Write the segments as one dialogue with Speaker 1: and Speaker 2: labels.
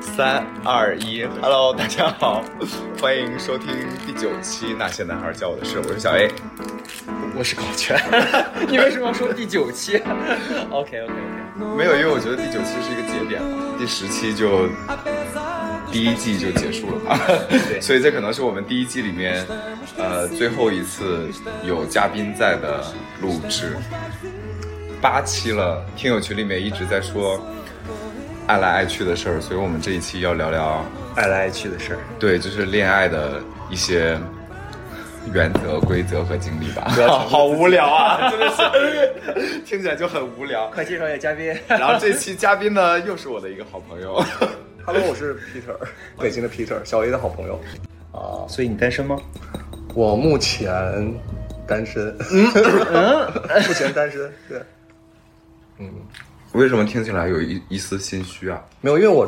Speaker 1: 三二一，Hello，大家好，欢迎收听第九期《那些男孩教我的事》，我是小 A，
Speaker 2: 我是高全。 你为什么要说第九期 ？OK OK OK，
Speaker 1: 没有，因为我觉得第九期是一个节点嘛，第十期就第一季就结束了嘛，
Speaker 2: 对
Speaker 1: 所以这可能是我们第一季里面呃最后一次有嘉宾在的录制，八期了，听友群里面一直在说爱来爱去的事儿，所以我们这一期要聊聊。
Speaker 2: 爱来爱去的事儿，
Speaker 1: 对，就是恋爱的一些原则、规则和经历吧。 好无聊啊， 真的是，听起来就很无聊。
Speaker 2: 快介绍一下嘉宾。
Speaker 1: 然后这期嘉宾呢，又是我的一个好朋友。
Speaker 3: Hello，我是 Peter，北 京的 Peter，小 A 的好朋友。啊、
Speaker 2: 所以你单身吗？
Speaker 3: 我目前单身，嗯 目前单身，对，
Speaker 1: 为什么听起来有一一丝心虚啊？
Speaker 3: 没有，因为我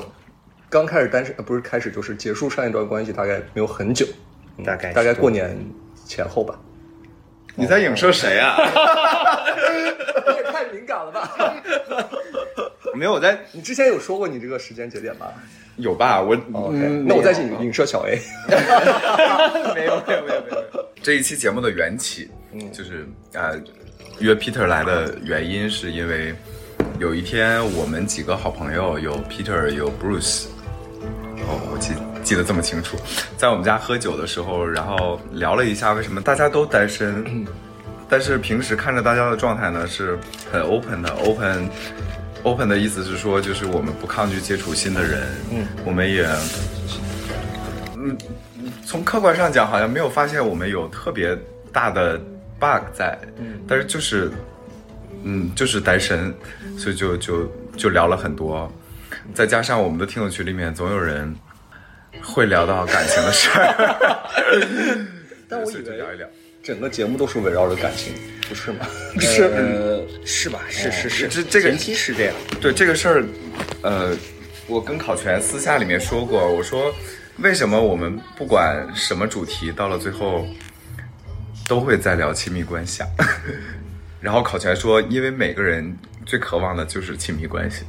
Speaker 3: 刚开始单身，呃不是开始，就是结束上一段关系，大概没有很久，嗯
Speaker 2: 大概是
Speaker 3: 大概过年前后吧。
Speaker 1: 你在影射谁啊？
Speaker 3: 你也太敏感了吧？
Speaker 1: 没有，我在
Speaker 3: 你之前有说过你这个时间节点吧
Speaker 1: 有吧？我、
Speaker 3: ？OK，、那我再去影射小 A。
Speaker 2: 没有没有没有没有。
Speaker 1: 这一期节目的缘起，嗯，就是呃，约 Peter 来的原因是因为有一天我们几个好朋友有 Peter 有 Bruce，哦，我记记得这么清楚，在我们家喝酒的时候，然后聊了一下为什么大家都单 身，但是平时看着大家的状态呢是很 open 的，open。open 的意思是说，就是我们不抗拒接触新的人，嗯，我们也从客观上讲，好像没有发现我们有特别大的 bug 在，但是就是，嗯，就是单身，所以就就就聊了很多，再加上我们的听友群里面总有人会聊到感情的事儿，
Speaker 3: 但我
Speaker 1: 所
Speaker 3: 以
Speaker 1: 以就
Speaker 3: 为
Speaker 1: 聊一聊。
Speaker 3: 整个节目都是围绕着感情，不是吗？ 呃是、
Speaker 2: 呃，是吧？是是是，
Speaker 1: 这这个
Speaker 2: 前期是这样。
Speaker 1: 对这个事儿，呃，我跟考全私下里面说过，我说为什么我们不管什么主题，到了最后都会在聊亲密关系啊？ 然后考全说，因为每个人最渴望的就是亲密关系。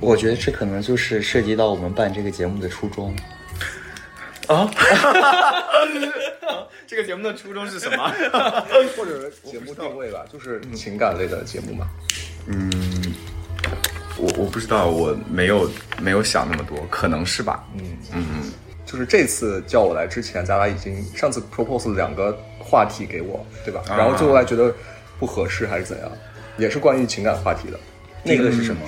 Speaker 2: 我觉得这可能就是涉及到我们办这个节目的初衷。
Speaker 1: 这个节目的初衷是什么？
Speaker 3: 或者节目定位吧，就是情感类的节目嘛。
Speaker 1: 我我不知道，我没有没有想那么多，可能是吧。
Speaker 3: 就是这次叫我来之前，咱俩已经上次 propose 了两个话题给我，对吧？然后
Speaker 2: 啊
Speaker 3: 最后来觉得不合适还是怎样，也是关于情感话题的。嗯
Speaker 2: 那个是什么？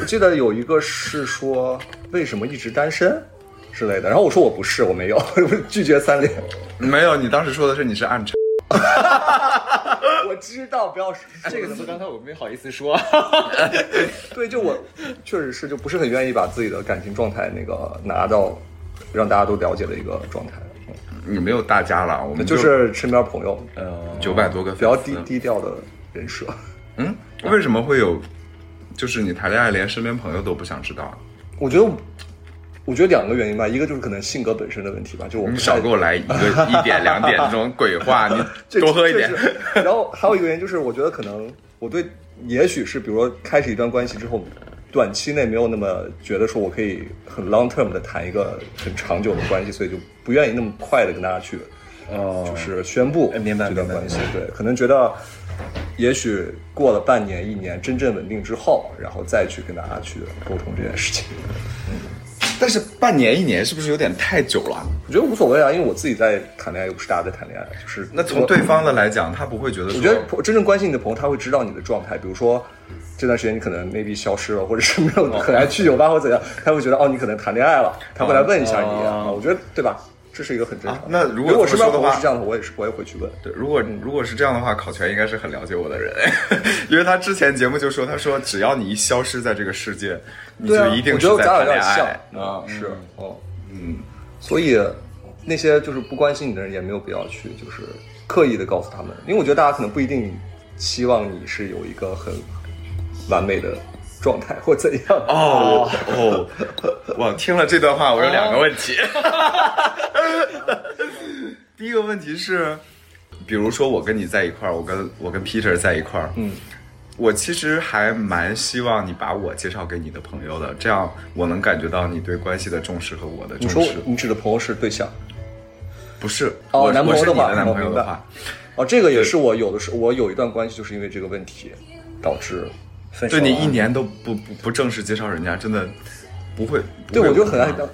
Speaker 3: 我记得有一个是说为什么一直单身之类的，然后我说我不是，我没有， 拒绝三连。
Speaker 1: 没有，你当时说的是你是暗沉，
Speaker 3: 我知道，不要说
Speaker 2: 哎
Speaker 3: 这个词。
Speaker 2: 刚才我没好意思说。
Speaker 3: 对，就我确实是就不是很愿意把自己的感情状态那个拿到让大家都了解的一个状态，
Speaker 1: 你没有大家了，我们
Speaker 3: 就是身边朋友
Speaker 2: 呃，
Speaker 1: 九百多个
Speaker 3: 比较
Speaker 1: 粉丝
Speaker 3: 低。低调的人设。
Speaker 1: 嗯，为什么会有？就是你谈恋爱连身边朋友都不想知道啊？
Speaker 3: 我觉得，我觉得两个原因吧，一个就是可能性格本身的问题吧，就我
Speaker 1: 你
Speaker 3: 不
Speaker 1: 少
Speaker 3: 太
Speaker 1: 给我来一 个一点两点这种鬼话，你
Speaker 3: 这
Speaker 1: 多喝一点
Speaker 3: 这。是然后还有一个原因就是，我觉得可能我对，也许是比如说开始一段关系之后，短期内没有那么觉得说我可以很 long term 的谈一个很长久的关系，所以就不愿意那么快的跟大家去，
Speaker 2: 哦
Speaker 3: 就是宣布
Speaker 2: 哎明白
Speaker 3: 这段
Speaker 2: 明白
Speaker 3: 关系。对，可能觉得。也许过了半年、一年，真正稳定之后，然后再去跟大家去沟通这件事情。
Speaker 1: 但是半年一年是不是有点太久了？
Speaker 3: 我觉得无所谓啊，因为我自己在谈恋爱，又不是大家在谈恋爱，就是
Speaker 1: 那从
Speaker 3: 我
Speaker 1: 对方的来讲，他不会觉得
Speaker 3: 我觉得
Speaker 1: 说，
Speaker 3: 朋真正关心你的朋友，他会知道你的状态。比如说，这段时间你可能 maybe 消失了，或者是没有很爱去酒吧或者怎样，他会觉得哦，你可能谈恋爱了，他会来 问一下你。
Speaker 2: 哦
Speaker 3: 啊我觉得对吧？这是一个很正常的
Speaker 1: 啊。那如
Speaker 3: 如
Speaker 1: 果
Speaker 3: 我
Speaker 1: 这
Speaker 3: 身
Speaker 1: 么
Speaker 3: 边
Speaker 1: 说的
Speaker 3: 朋友
Speaker 1: 话
Speaker 3: 是这样的，我也是我也会去问。
Speaker 1: 对，如果如果是这样的话，考全应该是很了解我的人， 因为他之前节目就说，他说只要你一消失在这个世界，你
Speaker 3: 对
Speaker 1: 就
Speaker 3: 啊，
Speaker 1: 一定
Speaker 3: 我
Speaker 1: 是
Speaker 3: 觉得
Speaker 1: 在
Speaker 3: 咱
Speaker 1: 谈
Speaker 3: 俩
Speaker 1: 恋
Speaker 3: 有点
Speaker 1: 爱
Speaker 3: 像
Speaker 1: 啊。嗯
Speaker 3: 是哦，嗯，所以那些就是不关心你的人也没有必要去就是刻意的告诉他们，因为我觉得大家可能不一定期望你是有一个很完美的状态或怎样。
Speaker 1: 哦哦，我听了这段话，我有两个问题。第一个问题是，比如说我跟你在一块儿，我跟我跟 Peter 在一块儿，嗯，我其实还蛮希望你把我介绍给你的朋友的，这样我能感觉到你对关系的重视和我的
Speaker 3: 你
Speaker 1: 重
Speaker 3: 说
Speaker 1: 视。
Speaker 3: 你指的朋友是对象，
Speaker 1: 不是，
Speaker 3: 哦
Speaker 1: 我是
Speaker 3: 男朋友的话
Speaker 1: 我是你的男朋友的话，
Speaker 3: 哦，这个也是我有的时候，我有一段关系就是因为这个问题导致分手、
Speaker 1: 对
Speaker 3: 啊。
Speaker 1: 你一，年都不不不正式介绍人家，真的不会。不
Speaker 3: 对
Speaker 1: 会
Speaker 3: 我就
Speaker 1: 有
Speaker 3: 很爱
Speaker 1: 的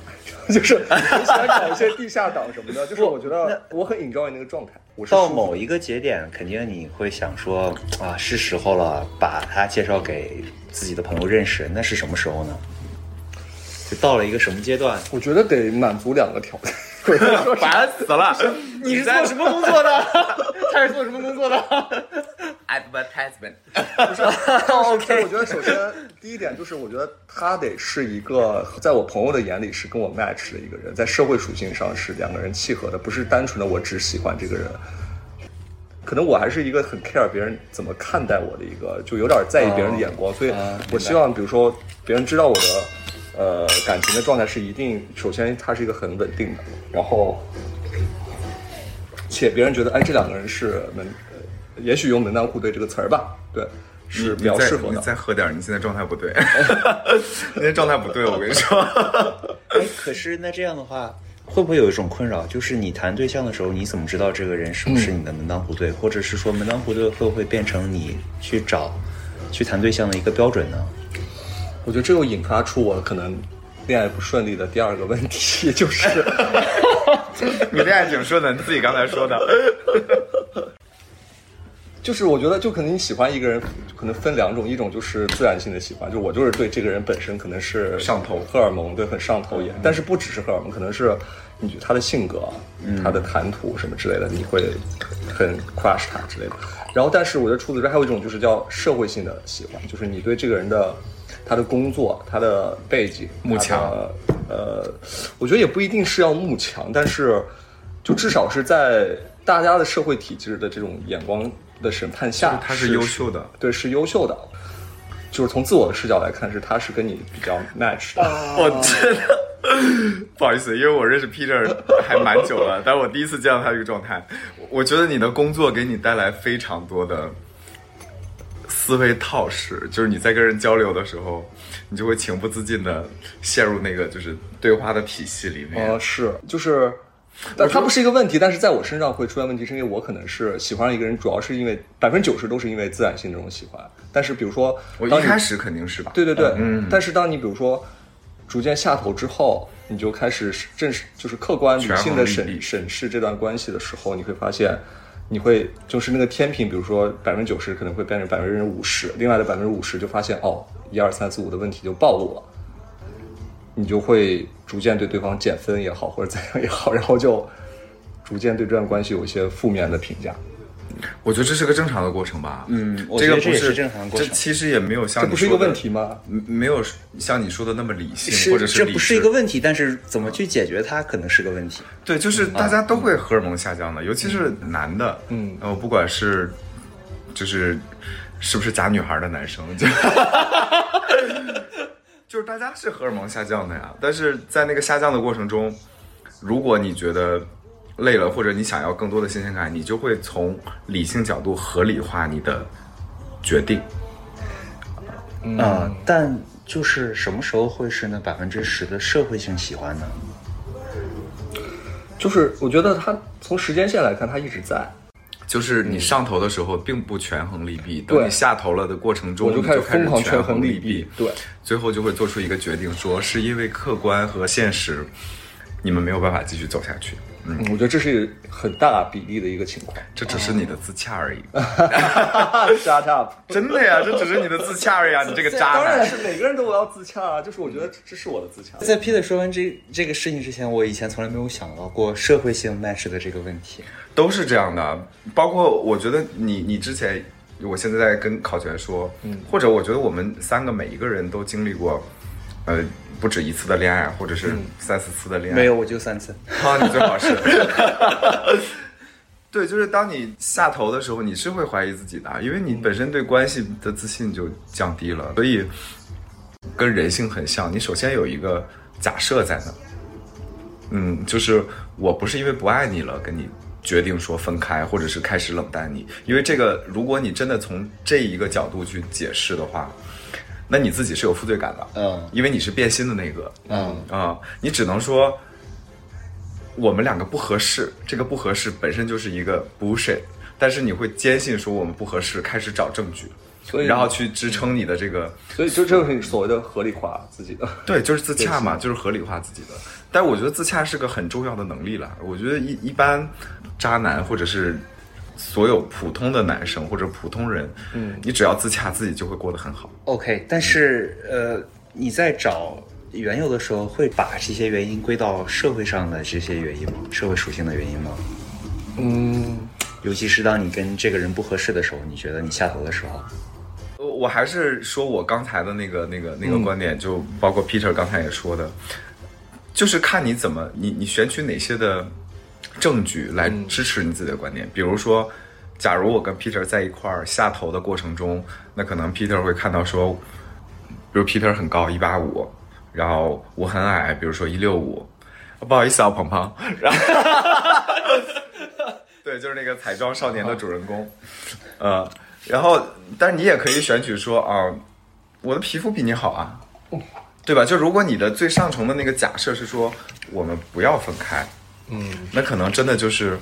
Speaker 3: 当， 就是很喜欢搞一些地下党什么的，就是我觉得我很 enjoy 那个状态。我是
Speaker 2: 到
Speaker 3: 舒服
Speaker 2: 某一个节点，肯定你会想说啊，是时候了，把他介绍给自己的朋友认识。那是什么时候呢？就到了一个什么阶 段？
Speaker 3: 我觉得得满足两个条件。我就说
Speaker 1: 烦死了。
Speaker 2: 你是做什么工作的？ 他是做什么工作 的
Speaker 1: advertisement？
Speaker 2: 哦
Speaker 3: 我觉得首先第一点就是，我觉得他得是一个在我朋友的眼里是跟我 match 的一个人，在社会属性上是两个人契合的，不是单纯的我只喜欢这个人。可能我还是一个很 care 别人怎么看待我的一个，就有点在意别人的眼光，所以
Speaker 2: 啊明白
Speaker 3: 我希望，比如说别人知道我的呃感情的状态是一定，首先他是一个很稳定的，然后且别人觉得，哎，这两个人是门，呃也许用门当户对这个词儿吧，对，是比较适合
Speaker 1: 你再。你
Speaker 3: 的。
Speaker 1: 再喝点儿，你现在状态不对， 你现在状态不对，我跟你说。
Speaker 2: 哎，可是那这样的话，会不会有一种困扰，就是你谈对象的时候，你怎么知道这个人是不是你的门当户对，或者是说门当户对会不会变成你去找、去谈对象的一个标准呢？
Speaker 3: 我觉得这又引发出我可能恋爱不顺利的第二个问题， 就是
Speaker 1: 你恋爱挺顺的，你自己刚才说的。
Speaker 3: 就是我觉得就可能你喜欢一个人，可能分两种，一种就是自然性的喜欢，就我就是对这个人本身可能是
Speaker 1: 上头嗯
Speaker 3: 荷尔蒙对很上头也，但是不只是荷尔蒙，可能是你觉得他的性格、
Speaker 1: 嗯
Speaker 3: 他的谈吐什么之类的，你会很 crush 他之类的。然后，但是我觉得除此之外还有一种就是叫社会性的喜欢，就是你对这个人的他的工作、他的背景、
Speaker 1: 慕强
Speaker 3: 他的呃，我觉得也不一定是要慕强，但是就至少是在大家的社会体制的这种眼光的审判下，
Speaker 1: 他是优秀的，
Speaker 3: 对，是优秀的。就是从自我的视角来看，是他是跟你比较 match 的。
Speaker 1: 我真的 不好意思，因为我认识 Peter 还蛮久了，但是我第一次见到他这个状态，我我觉得你的工作给你带来非常多的思维套式，就是你在跟人交流的时候，你就会情不自禁的陷入那个就是对话的体系里面。
Speaker 3: 呃，是，就是，但他不是一个问题，但是在我身上会出现问题，是因为我可能是喜欢上一个人，主要是因为百分之九十都是因为自然性这种喜欢。但是比如说，
Speaker 1: 我
Speaker 3: 当
Speaker 1: 一
Speaker 3: 你
Speaker 1: 开始肯定是吧，
Speaker 3: 对对对，
Speaker 1: 嗯
Speaker 3: 但是当你比如说逐渐下头之后，你就开始正式就是客观理性的
Speaker 1: 权衡利弊
Speaker 3: 审审视这段关系的时候，你会发现，你会就是那个天平，比如说百分之九十可能会变成百分之五十，另外的百分之五十就发现哦，一二三四五的问题就暴露了。你就会逐渐对对方减分也好，或者怎样也好，然后就逐渐对这段关系有一些负面的评价。
Speaker 1: 我觉得这是个正常的过程吧。
Speaker 2: 嗯我
Speaker 1: 这
Speaker 2: 觉
Speaker 1: 个
Speaker 2: 得这
Speaker 1: 不
Speaker 2: 也是正常的过程
Speaker 1: 这其实也没有像
Speaker 3: 这
Speaker 1: 你
Speaker 3: 不是一个
Speaker 1: 说的
Speaker 3: 问题吗？
Speaker 1: 嗯没有像你说的那么理性，
Speaker 2: 是
Speaker 1: 嗯或者，
Speaker 2: 这
Speaker 1: 理
Speaker 2: 不是一
Speaker 1: 智
Speaker 2: 个问题，但是怎么去解决它可能是个问题。
Speaker 1: 对，就是大家都会荷尔蒙下降的，尤其是男的，
Speaker 3: 嗯
Speaker 1: 呃，不管是就是是不是假女孩的男生， 就就是大家是荷尔蒙下降的呀。但是在那个下降的过程中，如果你觉得累了，或者你想要更多的新鲜感，你就会从理性角度合理化你的决定。
Speaker 2: 嗯、但就是什么时候会是那百分之十的社会性喜欢呢？
Speaker 3: 就是我觉得他从时间线来看，他一直在，
Speaker 1: 就是你上头的时候并不权衡利弊，
Speaker 3: 嗯对
Speaker 1: 等你下头了的过程中，
Speaker 3: 我就
Speaker 1: 你开
Speaker 3: 开
Speaker 1: 始
Speaker 3: 始疯狂
Speaker 1: 权
Speaker 3: 权衡
Speaker 1: 利
Speaker 3: 利弊。对，
Speaker 1: 最后就会做出一个决定，说是因为客观和现实，你们没有办法继续走下去。嗯，
Speaker 3: 嗯，我觉得这是很大比例的一个情 况。
Speaker 1: 这只是你的自洽而已，
Speaker 3: Shut up！
Speaker 1: 真的呀，这只是你的自洽而 已啊！你这个渣
Speaker 3: 当然
Speaker 1: 男，
Speaker 3: 是每个人都我要自洽啊，就是我觉得这是我的自洽。
Speaker 2: 在 Peter 说完这这个事情之前，我以前从来没有想到过社会性 match 的这个问题。
Speaker 1: 都是这样的。包括我觉得你，你之前，我现在在跟考全说，
Speaker 3: 嗯
Speaker 1: 或者我觉得我们三个每一个人都经历过，呃，不止一次的恋爱，或者
Speaker 3: 嗯
Speaker 1: 是三四次的恋爱，
Speaker 2: 没有，我就三次。
Speaker 1: 啊，你最好 是。对，就是当你下头的时候，你是会怀疑自己的，因为你本身对关系的自信就降低了，所以跟人性很像。你首先有一个假设在那，嗯，就是我不是因为不爱你了跟你决定说分开，或者是开始冷淡你。因为这个，如果你真的从这一个角度去解释的话，那你自己是有负罪感的，
Speaker 2: 嗯
Speaker 1: 因为你是变心的那个
Speaker 2: 嗯
Speaker 1: 啊、你只能说我们两个不合适，这个不合适本身就是一个 bullshit，但是你会坚信说我们不合适，开始找证据，
Speaker 3: 所以
Speaker 1: 然后去支撑你的这个。
Speaker 3: 所以就这就是你所谓的合理化自己的。
Speaker 1: 对，就是自洽嘛，就是合理化自己的。但我觉得自洽是个很重要的能力了。我觉得一一般渣男或者是所有普通的男生或者普通人，嗯，你只要自洽，自己就会过得很好。
Speaker 2: OK，但是呃，你在找缘由的时候，会把这些原因归到社会上的这些原因吗？社会属性的原因吗？
Speaker 3: 嗯，
Speaker 2: 尤其是当你跟这个人不合适的时候，你觉得你下头的时 候，
Speaker 1: 我呃我还是说我刚才的那个那个那个观点，就包括 Peter 刚才也说的，就是看你怎么你你选取哪些的证据来支持你自己的观点。比如说，假如我跟 Peter 在一块儿下头的过程中，那可能 Peter 会看到说，比如 Peter 很高一八五，然后我很矮，比如说一六五，不好意思啊，鹏鹏，然后 对，就是那个彩妆少年的主人 公，呃，然后但是你也可以选取说啊、我的皮肤比你好啊，对吧？就如果你的最上层的那个假设是说我们不要分开，嗯，那可能真的就是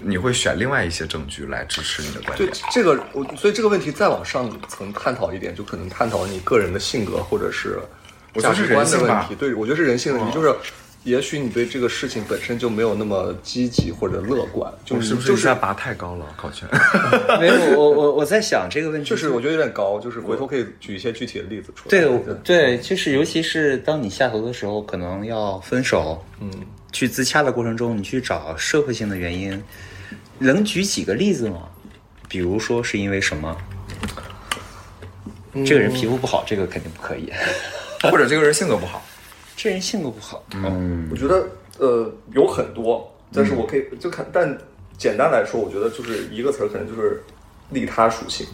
Speaker 1: 你会选另外一些证据来支持你的观
Speaker 3: 对
Speaker 1: 点，
Speaker 3: 这个我，所以这个问题再往上层探讨一点，就可能探讨你个人的性格或者是
Speaker 1: 我觉
Speaker 3: 价
Speaker 1: 得是
Speaker 3: 值观的
Speaker 1: 人性
Speaker 3: 问
Speaker 1: 吧哦
Speaker 3: 题。对，我觉得是人性问题，就是也许你对这个事情本身就没有那么积极或者乐观，就
Speaker 1: 我是不是
Speaker 3: 就
Speaker 1: 一下
Speaker 3: 是
Speaker 1: 拔太高了？考 卷
Speaker 2: 没有，我我我在想这个问题，
Speaker 3: 就是我觉得有点高，就是回头可以举一些具体的例子出来。
Speaker 2: 对我对，就是尤其是当你下头的时候，可能要分手，嗯，去自洽的过程中，你去找社会性的原因，能举几个例子吗？比如说是因为什么？这个人皮肤不好，这个肯定不可以。
Speaker 1: 或者这个人性格不好，
Speaker 2: 这人性格不好，
Speaker 3: 我觉得呃有很多，但是我可以就看，但简单来说，我觉得就是一个词儿，可能就是利他属性。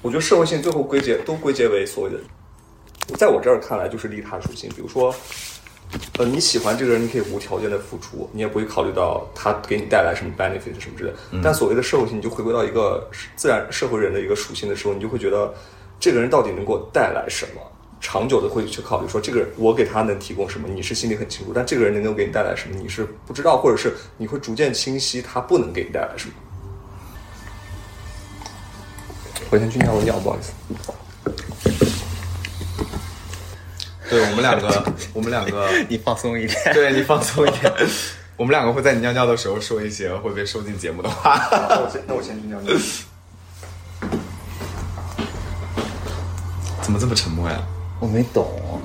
Speaker 3: 我觉得社会性最后归结都归结为所谓的，在我这儿看来就是利他属性。比如说，呃，你喜欢这个人，你可以无条件的付出，你也不会考虑到他给你带来什么 benefit 什么之类的。但所谓的社会性，你就回归到一个自然社会人的一个属性的时候，你就会觉得这个人到底能给我带来什么，长久的会去考虑说，这个人我给他能提供什么，你是心里很清楚，但这个人能够给你带来什么，你是不知道，或者是你会逐渐清晰他不能给你带来什么。我先去尿个尿，不好意思。
Speaker 1: 对我们两个，我们两个
Speaker 2: 你放松一点。
Speaker 1: 对你放松一点。我们两个会在你尿尿的时候说一些会被收进节目的话。
Speaker 3: 那我先，那我先去尿尿。
Speaker 1: 怎么这么沉默呀？
Speaker 2: 我没懂，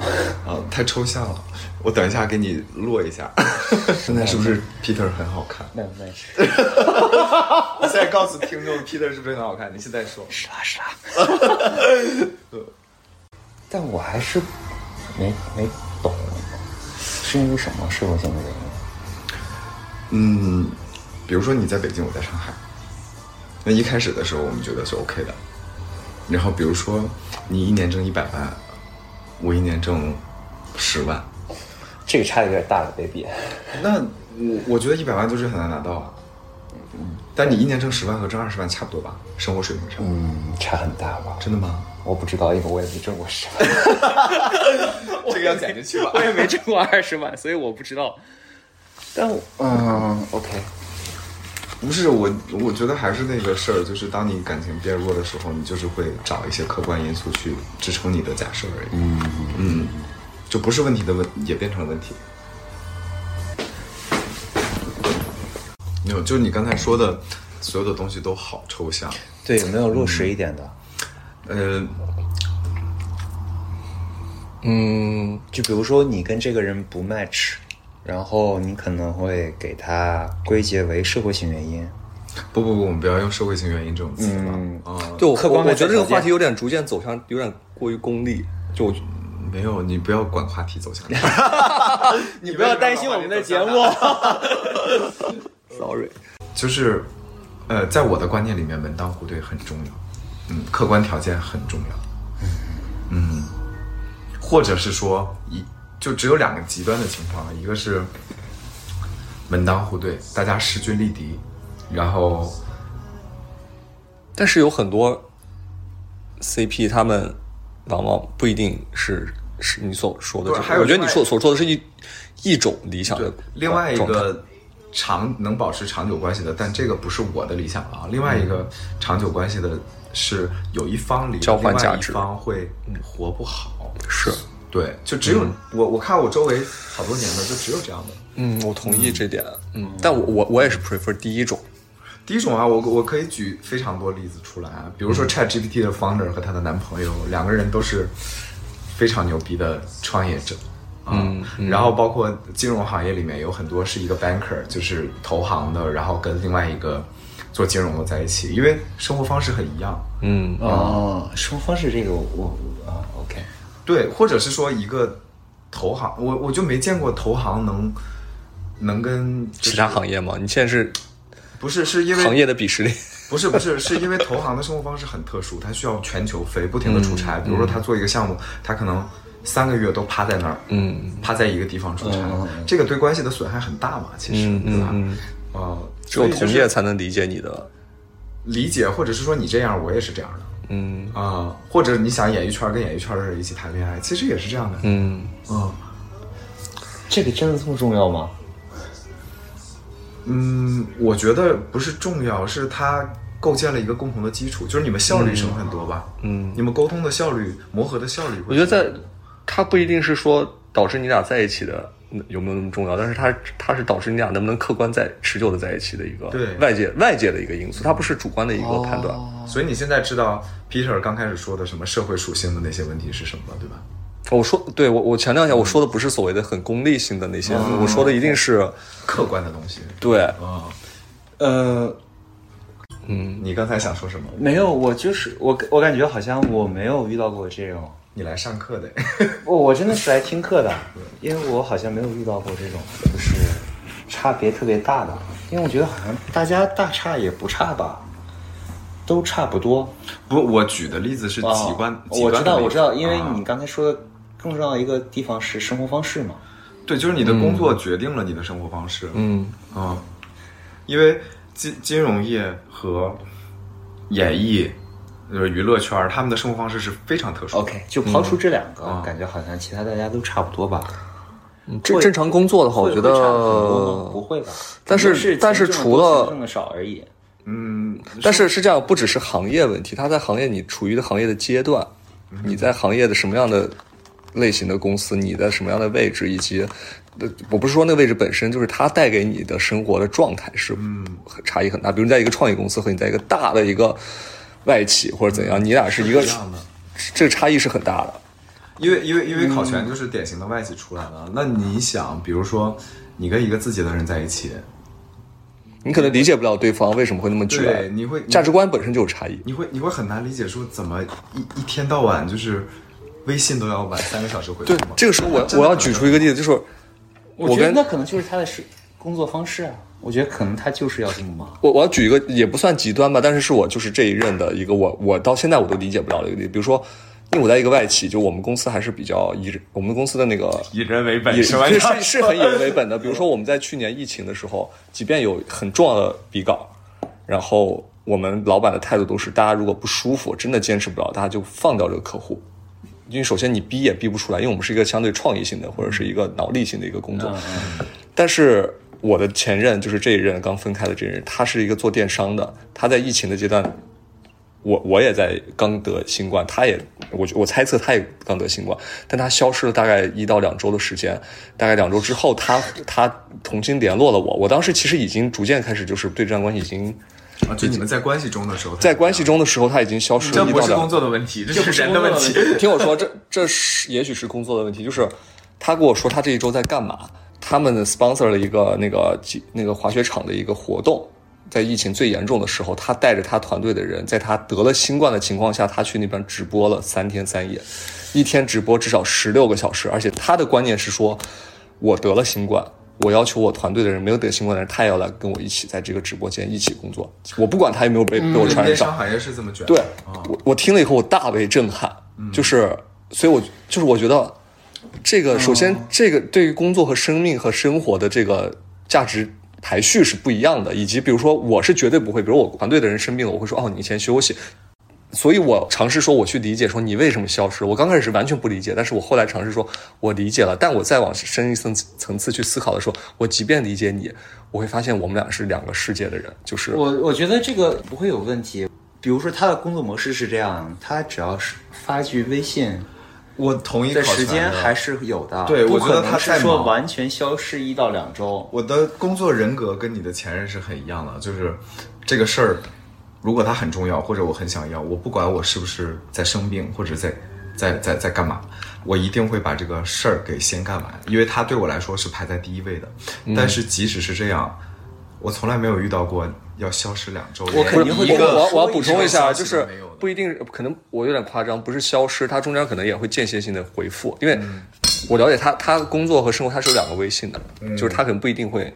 Speaker 1: 啊，太抽象了。我等一下给你落一下。 现在是不是 Peter 很好看？
Speaker 2: 那那是
Speaker 1: 你现在告诉听众 Peter 是不是很好看？你现在说。
Speaker 2: 是啊啦是 啦。但我还是没没懂，是因为什么社会性的原因？
Speaker 1: 嗯，比如说你在北京，我在上海。那一开始的时候，我们觉得是 OK 的。然后比如说你一年挣一百万，我一年挣十万，
Speaker 2: 这个差的有点大了，baby。
Speaker 1: 那我我觉得一百万就是很难拿到啊。但你一年挣十万和挣二十万差不多吧？生活水平上，
Speaker 2: 嗯，差很大吧？
Speaker 1: 真的吗？
Speaker 2: 我不知道，因为我也没挣过十万，
Speaker 1: 这个要剪进去吧。
Speaker 2: 我也没挣过二十万，所以我不知道。但我嗯，OK，
Speaker 1: 不是我，我觉得还是那个事儿，就是当你感情变弱的时候，你就是会找一些客观因素去支撑你的假设而已。嗯嗯，就不是问题的问，也变成了问题。没有，嗯就是你刚才说的，所有的东西都好抽象。
Speaker 2: 对，有没有落实一点的？
Speaker 1: 呃，
Speaker 3: 嗯，
Speaker 2: 就比如说你跟这个人不 match，然后你可能会给他归结为社会性原因。
Speaker 1: 不不不，我们不要用社会性原因这种词了。啊、
Speaker 3: 就我
Speaker 2: 客观
Speaker 3: 我
Speaker 2: 外
Speaker 3: 觉
Speaker 2: 在
Speaker 3: 得这个
Speaker 2: 条件
Speaker 3: 话题有点逐渐走向，有点过于功利。就我
Speaker 1: 没有，你不要管话题走向。你
Speaker 2: 不要担心我们的节目。
Speaker 3: sorry，
Speaker 1: 就是，呃，在我的观念里面，门当户对很重要，嗯，客观条件很重要，嗯，或者是说一就只有两个极端的情况，一个是门当户对，大家势均力敌，然后
Speaker 3: 但是有很多 CP 他们往往不一定是是你所说的
Speaker 1: 对
Speaker 3: 这种，
Speaker 1: 还有
Speaker 3: 我觉得
Speaker 1: 另
Speaker 3: 你
Speaker 1: 外
Speaker 3: 说所说的是一一种理想的
Speaker 1: 对，另外一
Speaker 3: 状态
Speaker 1: 个长能保持长久关系的，但这个不是我的理想啊。另外一个长久关系的是有一方离了，
Speaker 3: 交换价值
Speaker 1: 另外一方会活不好。
Speaker 3: 是，
Speaker 1: 对，就只有、我我看我周围好多年的，就只有这样的。
Speaker 3: 嗯，我同意这点，嗯，但我我我也是 prefer 第一种，
Speaker 1: 第一种啊，我我可以举非常多例子出来啊，比如说 ChatGPT 的 founder 和她的男朋友，两个人都是非常牛逼的创业者。嗯，然后包括金融行业里面有很多是一个 banker，就是投行的，然后跟另外一个做金融的在一起，因为生活方式很一样。
Speaker 3: 嗯，
Speaker 2: 哦，生活方式这个我我我啊，OK，
Speaker 1: 对，或者是说一个投行，我我就没见过投行能能跟
Speaker 3: 其他行业嘛，你现在是
Speaker 1: 不是是因为
Speaker 3: 行业的鄙视链，
Speaker 1: 不是不是， 是因为投行的生活方式很特殊，它需要全球飞，不停的出
Speaker 3: 嗯
Speaker 1: 差。比如说他做一个项目，他可能三个月都趴在那儿，
Speaker 3: 嗯，
Speaker 1: 趴在一个地方出差，这个对关系的损害很大嘛，其实，
Speaker 3: 嗯
Speaker 1: 对吧？
Speaker 3: 嗯
Speaker 1: 呃，
Speaker 3: 只有
Speaker 1: 所以就
Speaker 3: 同
Speaker 1: 是
Speaker 3: 业才能理解你的，
Speaker 1: 理解，或者是说你这样，我也是这样的
Speaker 3: 嗯
Speaker 1: 啊、或者你想演艺圈跟演艺圈的人一起谈恋爱，其实也是这样的，嗯
Speaker 3: 嗯，
Speaker 2: 这个真的这么重要吗？
Speaker 1: 嗯，我觉得不是重要，是它构建了一个共同的基础，就是你们效率省很多吧，嗯，你们沟通的效率、磨合的效率会
Speaker 3: 我觉得
Speaker 1: 省很
Speaker 3: 在
Speaker 1: 多，
Speaker 3: 它不一定是说导致你俩在一起的嗯有没有那么重要，但是它它是导致你俩能不能客观在持久的在一起的一个
Speaker 1: 对
Speaker 3: 外界外界的一个因素，它不是主观的一个判断。
Speaker 2: 哦
Speaker 1: 所以你现在知道 Peter 刚开始说的什么社会属性的那些问题是什么了，对吧？
Speaker 3: 我说对我我强调一
Speaker 2: 嗯
Speaker 3: 下，我说的不是所谓的很功利性的那些，我说的一定是
Speaker 1: 客观的东西。
Speaker 3: 对，
Speaker 1: 哦
Speaker 2: 呃，嗯
Speaker 1: 你刚才想说什么？
Speaker 2: 没有，我就是我我感觉好像我没有遇到过这种，
Speaker 1: 你来上课的，
Speaker 2: 我我真的是来听课的，因为我好像没有遇到过这种就是差别特别大的，因为我觉得好像大家大差也不差吧，都差不多。
Speaker 1: 不，我举的例子是极观，
Speaker 2: 哦
Speaker 1: 极
Speaker 2: 我
Speaker 1: 端的
Speaker 2: 知道
Speaker 1: 例子
Speaker 2: 我知道，因为
Speaker 1: 啊
Speaker 2: 你刚才说的更重要的一个地方是生活方式嘛。
Speaker 1: 对，就是你的工作决定了你的生活方式。
Speaker 3: 嗯
Speaker 1: 啊，因为金金融业和演艺，呃，娱乐圈儿他们的生活方式是非常特殊的。
Speaker 2: OK，就嗯刨除这两个，
Speaker 1: 啊
Speaker 2: 感觉好像其他大家都差不多吧。
Speaker 3: 嗯正正常工作的话，我
Speaker 2: 会
Speaker 3: 觉
Speaker 2: 会差很多吗不
Speaker 3: 得，
Speaker 2: 会吧？
Speaker 3: 但
Speaker 2: 肯
Speaker 3: 是
Speaker 2: 定是
Speaker 3: 但是
Speaker 2: 钱挣得
Speaker 3: 除
Speaker 2: 多
Speaker 3: 了
Speaker 2: 钱挣的少而已。
Speaker 1: 嗯，
Speaker 3: 但是是这样，不只是行业问题，它在行业你处于的行业的阶段，
Speaker 1: 嗯
Speaker 3: 你在行业的什么样的类型的公司，你在什么样的位置，以及呃我不是说那个位置本身，就是它带给你的生活的状态是
Speaker 1: 嗯
Speaker 3: 很差异很大。比如你在一个创业公司和你在一个大的一个外企或者怎样，你俩是一个
Speaker 1: 嗯是一样的
Speaker 3: 这个差异是很大的。
Speaker 1: 因为因为因为考全就是典型的外企出来的。那你想，比如说你跟一个自己的人在一起，
Speaker 3: 你可能理解不了对方为什么会那么决，
Speaker 1: 对，你会
Speaker 3: 价值观本身就有差异。
Speaker 1: 你会你会很难理解说怎么一一天到晚就是微信都要晚三个小时回复
Speaker 3: 对
Speaker 1: 吗，？
Speaker 3: 这个时候我
Speaker 1: 真的
Speaker 3: 我要
Speaker 1: 很
Speaker 3: 举出一个例子，就是我
Speaker 2: 觉得
Speaker 3: 跟
Speaker 2: 那可能就是他的是工作方式啊。我觉得可能他就是要这么忙。
Speaker 3: 我我要举一个也不算极端吧，但是是我就是这一任的一个我我到现在我都理解不了的一个例子，比如说。因为我在一个外企，就我们公司还是比较以我们公司的那个
Speaker 1: 以人为本
Speaker 3: 以
Speaker 1: 是吧
Speaker 3: 是是是很以人为本的。比如说我们在去年疫情的时候，即便有很重要的笔稿，然后我们老板的态度都是，大家如果不舒服，真的坚持不了，大家就放掉这个客户。因为首先你逼也逼不出来，因为我们是一个相对创意性的或者是一个脑力性的一个工作。
Speaker 1: 嗯
Speaker 3: 但是我的前任就是这一任刚分开的这一任，他是一个做电商的，他在疫情的阶段，我我也在刚得新冠，他也我我猜测他也刚得新冠，但他消失了大概一到两周的时间，大概两周之后他他重新联络了我，我当时其实已经逐渐开始就是对这段关系已经
Speaker 1: 啊，就你们在关系中的时候，
Speaker 3: 在关系中的时候他已经消失
Speaker 1: 这
Speaker 3: 了一
Speaker 1: 不
Speaker 3: 到
Speaker 1: 是
Speaker 3: 两
Speaker 1: 工
Speaker 3: 周。
Speaker 1: 作的问题，这
Speaker 2: 不
Speaker 1: 是
Speaker 2: 是
Speaker 1: 人的
Speaker 2: 工
Speaker 1: 问
Speaker 2: 作
Speaker 1: 题。
Speaker 2: 的
Speaker 3: 听我说，这这是也许是工作的问题，就是他跟我说他这一周在干嘛，他们 sponsor 了一个那个几那个滑雪场的一个活动。在疫情最严重的时候，他带着他团队的人，在他得了新冠的情况下，他去那边直播了三天三夜，一天直播至少十六个小时。而且他的观念是说，我得了新冠，我要求我团队的人没有得新冠的人，他也要来跟我一起在这个直播间一起工作。我不管他有没有被被我传染
Speaker 1: 电
Speaker 3: 上
Speaker 1: 商，行业是这么卷，
Speaker 3: 对，我我听了以后我大为震撼，就是，所以我就是我觉得，这个首先这个对于工作和生命和生活的这个价值排序是不一样的，以及比如说我是绝对不会，比如我团队的人生病了，我会说哦，你先休息。所以我尝试说我去理解说你为什么消失。我刚开始是完全不理解，但是我后来尝试说我理解了，但我再往深一层层次去思考的时候，我即便理解你，我会发现我们俩是两个世界的人，就是
Speaker 2: 我我觉得这个不会有问题。比如说他的工作模式是这样，他只要是发句微信，
Speaker 1: 我同意
Speaker 2: 的
Speaker 1: 考
Speaker 2: 时
Speaker 1: 察
Speaker 2: 间
Speaker 1: 的
Speaker 2: 还是有的。
Speaker 1: 对
Speaker 2: 不
Speaker 1: 我觉
Speaker 2: 可
Speaker 1: 得他
Speaker 2: 能是
Speaker 1: 在
Speaker 2: 说
Speaker 1: 忙
Speaker 2: 完全消失一到两周。
Speaker 1: 我的工作人格跟你的前任是很一样的，就是这个事儿，如果它很重要，或者我很想要，我不管我是不是在生病，或者在在在在干嘛，我一定会把这个事儿给先干完，因为它对我来说是排在第一位的。
Speaker 3: 嗯
Speaker 1: 但是即使是这样，我从来没有遇到过要消失两周。
Speaker 3: 我肯
Speaker 2: 定
Speaker 3: 定
Speaker 2: 会
Speaker 3: 会
Speaker 2: 一个
Speaker 3: 我我要
Speaker 2: 说一
Speaker 3: 补充
Speaker 1: 下
Speaker 3: 一下，
Speaker 1: 消
Speaker 3: 就
Speaker 1: 息
Speaker 3: 是
Speaker 1: 没有的
Speaker 3: 不一定，可能我有点夸张，不是消失，它中间可能也会间歇性的回复，因为
Speaker 1: 嗯
Speaker 3: 我了解他，他工作和生活他是有两个微信的，
Speaker 1: 嗯
Speaker 3: 就是他可能不一定会。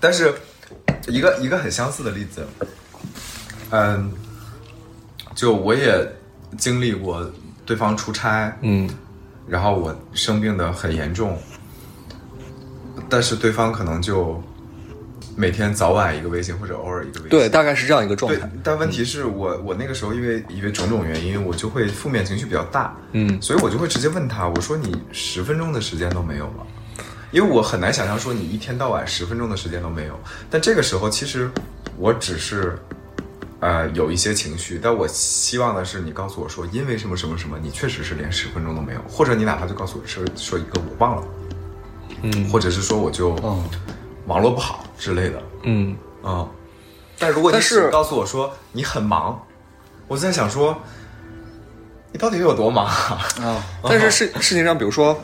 Speaker 1: 但是一个一个很相似的例子，嗯，就我也经历过对方出差，
Speaker 3: 嗯
Speaker 1: 然后我生病的很严重，但是对方可能就每天早晚一个微信或者偶尔一个微信，
Speaker 3: 对，大概是这样一个状
Speaker 1: 对
Speaker 3: 态。，
Speaker 1: 但问题是我我那个时候因为因为种种原因，我就会负面情绪比较大，
Speaker 3: 嗯
Speaker 1: 所以我就会直接问他，我说你十分钟的时间都没有吗？因为我很难想象说你一天到晚十分钟的时间都没有。但这个时候其实我只是呃有一些情绪，但我希望的是你告诉我说，因为什么什么什么，你确实是连十分钟都没有，或者你哪怕就告诉我说说一个我忘了，
Speaker 3: 嗯
Speaker 1: 或者是说我就
Speaker 2: 嗯
Speaker 1: 网络不好之类的，
Speaker 3: 嗯，
Speaker 1: 嗯，但如果你
Speaker 3: 但是
Speaker 1: 只告诉我说你很忙，我在想说，你到底有多忙啊？
Speaker 2: 啊，
Speaker 3: 但是事事情上，比如说，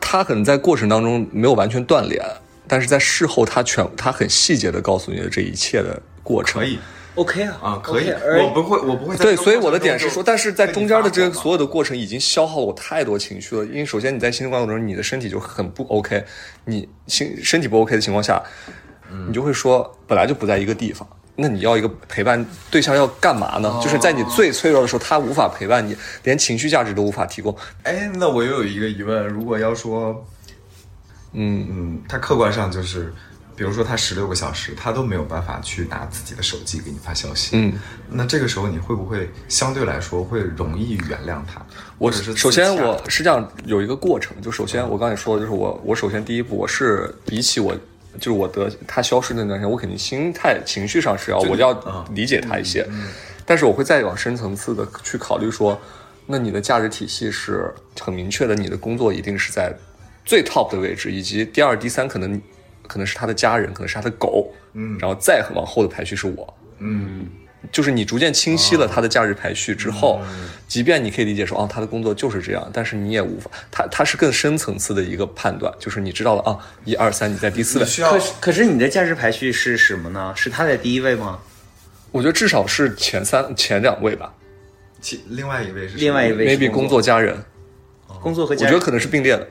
Speaker 3: 他可能在过程当中没有完全断联，但是在事后他全他很细节的告诉你的这一切的过程。
Speaker 1: 可以
Speaker 2: OK 啊
Speaker 1: 啊，可以
Speaker 2: OK，而
Speaker 1: 我不会，我不会在
Speaker 3: 对，
Speaker 1: 这个
Speaker 3: 所以
Speaker 1: 过程
Speaker 3: 我的
Speaker 1: 中
Speaker 3: 点
Speaker 1: 就是
Speaker 3: 说，但是在
Speaker 1: 被你
Speaker 3: 中间的这
Speaker 1: 发
Speaker 3: 个
Speaker 1: 火嘛
Speaker 3: 所有的过程已经消耗了我太多情绪了。因为首先你在新冠过程中，你的身体就很不 OK，你心身体不 OK 的情况下，你就会说本来就不在一个地方，那你要一个陪伴对象要干嘛呢？就是在你最脆弱的时候，他无法陪伴你，连情绪价值都无法提供。
Speaker 1: 哎，那我又有一个疑问，如果要说，
Speaker 3: 嗯，
Speaker 1: 嗯，他客观上就是，比如说他十六个小时，他都没有办法去拿自己的手机给你发消息，
Speaker 3: 嗯，
Speaker 1: 那这个时候你会不会相对来说会容易原谅他？
Speaker 3: 我
Speaker 1: 或者是
Speaker 3: 首
Speaker 1: 自
Speaker 3: 先
Speaker 1: 洽
Speaker 3: 我是这样有一个过程，就首先我刚才说的就是我我首先第一步我是比起我就是我得他消失的那段时间，我肯定心态情绪上是要我要
Speaker 1: 啊
Speaker 3: 理解他一些，
Speaker 1: 嗯
Speaker 3: 但是我会再往深层次的去考虑说，那你的价值体系是很明确的，你的工作一定是在最 top 的位置，以及第二、第三可能可能是他的家人，可能是他的狗，
Speaker 1: 嗯
Speaker 3: 然后再往后的排序是我，
Speaker 1: 嗯，
Speaker 3: 就是你逐渐清晰了他的价值排序之后，即便你可以理解说啊，他的工作就是这样，但是你也无法，他他是更深层次的一个判断，就是你知道了啊，一二三，你在第四
Speaker 1: 你
Speaker 3: 位，
Speaker 1: 需要
Speaker 2: 可是可是你的价值排序是什么呢？是他在第一位吗？
Speaker 3: 我觉得至少是前三前两位吧
Speaker 1: 其另外一位是
Speaker 2: 另外一位是
Speaker 3: ，maybe
Speaker 2: 工
Speaker 3: 工作家人，
Speaker 2: 工作和
Speaker 3: 哦我
Speaker 2: 家
Speaker 3: 觉得可能是并列的，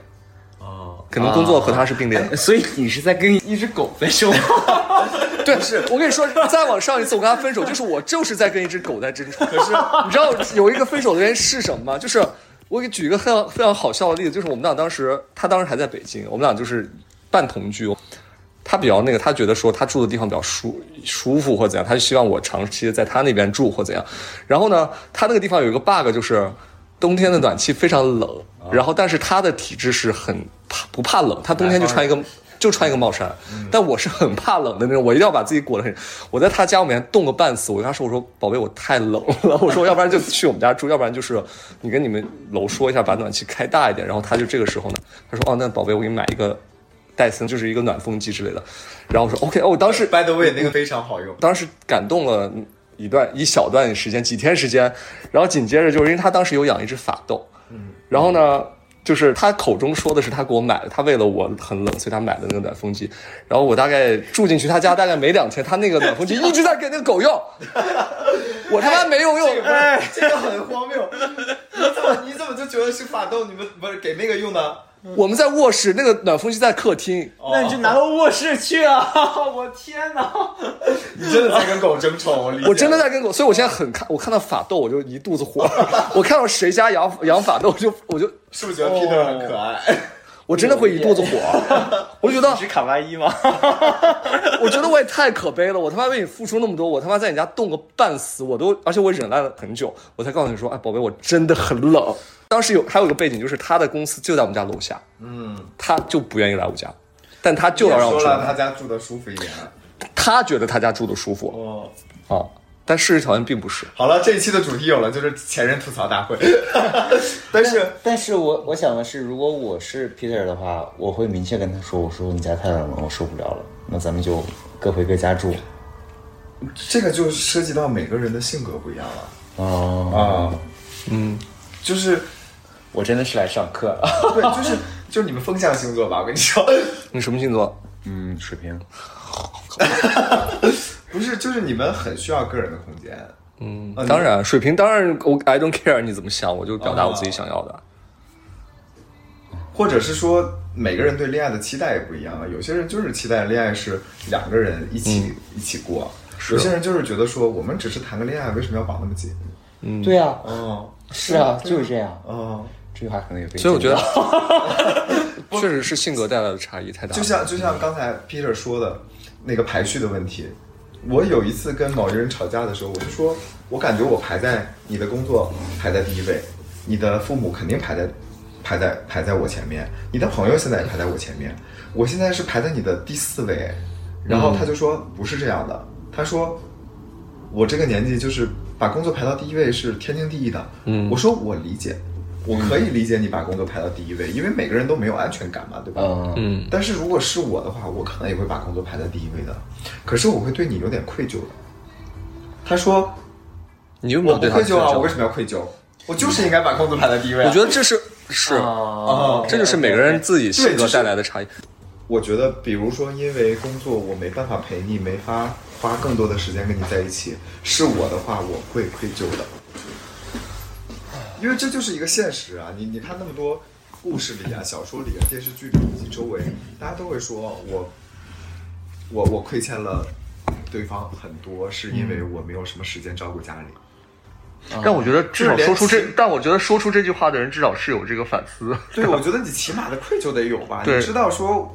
Speaker 1: 哦，
Speaker 3: 可能工哦作和他是并列 的。
Speaker 2: 所以你是在跟一只狗分手？
Speaker 3: 对，是我跟你说，再往上一次我跟他分手，就是我就是在跟一只狗在争吵。可是 你知道有一个分手的原因是什么吗？就是我给举一个非常非常好笑的例子，就是我们俩当时，他当时还在北京，我们俩就是半同居。他比较那个，他觉得说他住的地方比较舒舒服或者怎样，他就希望我长期在他那边住或怎样。然后呢，他那个地方有一个 bug，就是冬天的暖气非常冷，然后但是他的体质是很怕不怕冷，他冬天就穿一个就穿一个帽衫，但我是很怕冷的那种，我一定要把自己裹得很。我在他家里面冻个半死，我跟他说：“我说宝贝，我太冷了， 我说要不然就去我们家住，要不然就是你跟你们楼说一下，把暖气开大一点。”然后他就这个时候呢，他说：“哦，那宝贝，我给你买一个戴森，就是一个暖风机之类的。”然后我说：“OK。”哦，我当时
Speaker 1: By the way，那个非常好用。
Speaker 3: 当时感动了一段一小段时间，几天时间，然后紧接着就是因为他当时有养一只法斗，然后呢，就是他口中说的是他给我买的，他为了我很冷，所以他买的那个暖风机，然后我大概住进去他家大概没两天，他那个暖风机一直在给那个狗用，我他妈没有用，
Speaker 1: 哎，这个很荒谬，你怎么你怎么就觉得是法斗？你们不是给那个用的？
Speaker 3: 我们在卧室，那个暖风机在客厅，
Speaker 2: 那你就拿到卧室去啊！ 我天哪！
Speaker 1: 你真的在跟狗争宠？我理解
Speaker 3: 我真的在跟狗，所以我现在很看，我看到法斗我就一肚子火，我看到谁家养养法斗我就我就。哦
Speaker 1: 是不是觉得 Peter 很可爱？
Speaker 3: 我真的会一肚子火， 我就觉得
Speaker 2: 是卡哇伊 吗？
Speaker 3: 我觉得我也太可悲了，我他妈为你付出那么多，我他妈在你家冻个半死，我都，而且我忍耐了很久，我才告诉你说，哎，宝贝，我真的很冷。当时有还有一个背景，就是他的公司就在我们家楼下，嗯，他就不愿意来我家，但他就要让我
Speaker 1: 说
Speaker 3: 住，
Speaker 1: 了他家住的舒服一点。啊
Speaker 3: 他觉得他家住的舒服
Speaker 1: 哦，
Speaker 3: 啊，但事实条件并不是。
Speaker 1: 好了，这一期的主题有了，就是前任吐槽大会。 但
Speaker 3: 哎
Speaker 1: 是
Speaker 2: 但是我我想的是，如果我是 Peter 的话，我会明确跟他说，我说你家太冷了，我受不了了，那咱们就各回各家住。
Speaker 1: 这个就涉及到每个人的性格不一样了
Speaker 2: 哦，
Speaker 1: 啊，嗯，就是
Speaker 2: 我真的是来上课。
Speaker 1: 对，就是 就是你们风象星座吧，我跟你说，
Speaker 3: 你什么星座？
Speaker 2: 嗯，水平。
Speaker 1: 不是，就是你们很需要个人的空间。嗯，
Speaker 3: 当然，水瓶当然我 I don't care 你怎么想，我就表达
Speaker 1: 啊
Speaker 3: 我自己想要的。
Speaker 1: 或者是说每个人对恋爱的期待也不一样啊。有些人就是期待恋爱是两个人一起、一起过，有些人嗯就是觉得说我们只是谈个恋爱，为什么要绑那么紧？
Speaker 2: 对啊，
Speaker 1: 哦
Speaker 2: 是啊，就是这样。
Speaker 1: 哦，
Speaker 2: 这句话可能也被。
Speaker 3: 所以我觉得， 确实是性格带来的差异太大了。
Speaker 1: 就像就像刚才 Peter 说的那个排序的问题，我有一次跟某一个人吵架的时候，我就说，我感觉我排在你的工作排在第一位，你的父母肯定排在排在排在我前面，你的朋友现在也排在我前面，我现在是排在你的第四位。然后他就说不是这样的，他说我这个年纪就是把工作排到第一位是天经地义的。嗯，我说我理解，我可以理解你把工作排到第一位，因为每个人都没有安全感嘛，对吧？
Speaker 2: 嗯
Speaker 3: 嗯，
Speaker 1: 但是如果是我的话，我可能也会把工作排在第一位的，可是我会对你有点愧疚的。他说
Speaker 3: 你有没
Speaker 1: 我
Speaker 3: 有
Speaker 1: 不
Speaker 3: 对他
Speaker 1: 愧
Speaker 3: 的
Speaker 1: 疚啊，我为
Speaker 3: 我
Speaker 1: 什么要愧疚？我就是应该把工作排在第一位、啊。
Speaker 3: 觉得这是是啊
Speaker 2: 哦
Speaker 3: 这就是每个人自己性格带来的差异。
Speaker 1: 我觉得，比如说，因为工作我没办法陪你，没法花更多的时间跟你在一起，是我的话，我会愧疚的，因为这就是一个现实啊！你你看那么多故事里啊、小说里啊、电视剧里以及周围，大家都会说我我我亏欠了对方很多，是因为我没有什么时间照顾家里。
Speaker 2: 嗯
Speaker 4: 但我觉得至少
Speaker 1: 就是连
Speaker 4: 说出这
Speaker 1: 情，
Speaker 4: 但我觉得说出这句话的人至少是有这个反思。
Speaker 1: 对，我觉得你起码的愧疚得有吧？
Speaker 4: 对
Speaker 1: 你知道说，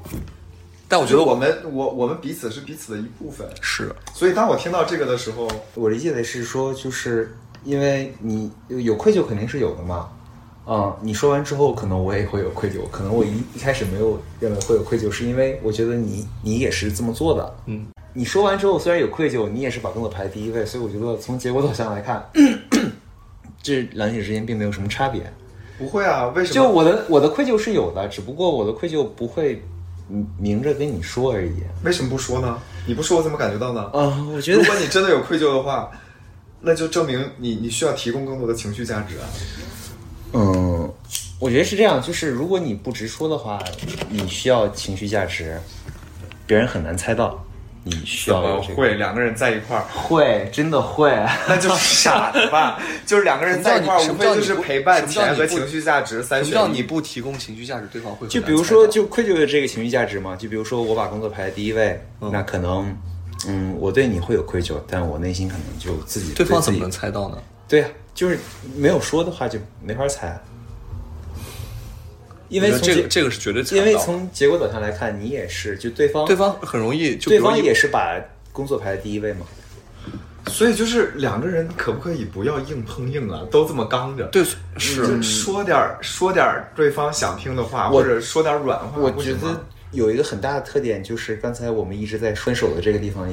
Speaker 3: 但我
Speaker 1: 我
Speaker 3: 觉得
Speaker 1: 我
Speaker 3: 我
Speaker 1: 们我我们彼此是彼此的一部分。
Speaker 3: 是
Speaker 1: 所以当我听到这个的时候，
Speaker 2: 我理解的是说，就是因为你有愧疚肯定是有的嘛。嗯，你说完之后，可能我也会有愧疚，可能我一一开始没有认为会有愧疚，是因为我觉得你你也是这么做的。嗯，你说完之后虽然有愧疚，你也是把工作排第一位，所以我觉得从结果导向来看，这两者之间并没有什么差别。
Speaker 1: 不会啊，为什么？
Speaker 2: 就我的我的愧疚是有的，只不过我的愧疚不会明明着跟你说而已。
Speaker 1: 为什么不说呢？你不说我怎么感觉到呢？
Speaker 3: 呃
Speaker 2: 啊，我觉
Speaker 1: 如果你真的有愧疚的话，那就证明你你需要提供更多的情绪价值啊。
Speaker 2: 嗯，我觉得是这样，就是如果你不直说的话，你需要情绪价值，别人很难猜到。你需要哦有这个
Speaker 1: 会两个人在一块儿，
Speaker 2: 会真的会，
Speaker 1: 那就是傻子吧？ 就是两个人在一块儿，
Speaker 3: 什
Speaker 1: 无
Speaker 3: 么
Speaker 1: 非
Speaker 3: 叫你
Speaker 1: 就是陪伴、
Speaker 3: 什么
Speaker 1: 钱
Speaker 3: 叫你
Speaker 1: 和
Speaker 3: 不
Speaker 1: 情绪价值三
Speaker 3: 什
Speaker 1: 选
Speaker 3: 么叫
Speaker 1: 一
Speaker 3: 你不提供情绪价值，对方会
Speaker 2: 就比如说，就愧疚的这个情绪价值嘛，就比如说我把工作排在第一位，那可能，嗯，我对你会有愧疚，但我内心可能就自己
Speaker 3: 对方
Speaker 2: 自
Speaker 3: 怎
Speaker 2: 己
Speaker 3: 么能猜到呢？
Speaker 2: 对呀、就是没有说的话就没法猜，因为
Speaker 3: 我觉
Speaker 2: 从结
Speaker 3: 得这个这个是绝对猜
Speaker 2: 因为
Speaker 3: 不到。
Speaker 2: 从结果导向来看，你也是就对方
Speaker 3: 对方很容易就比
Speaker 2: 对
Speaker 3: 如
Speaker 2: 方
Speaker 3: 一
Speaker 2: 也是把工作排在第一位嘛。
Speaker 1: 所以就是两个人可不可以不要硬碰硬啊？都这么刚着，
Speaker 3: 对
Speaker 2: 嗯
Speaker 1: 你
Speaker 3: 是
Speaker 1: 就说点儿说点儿对方想听的话，或
Speaker 2: 我
Speaker 1: 者说点儿软话，
Speaker 2: 我
Speaker 1: 不
Speaker 2: 觉
Speaker 1: 行吗
Speaker 2: 得有一个很大的特点就是，刚才我们一直在分手的这个地方，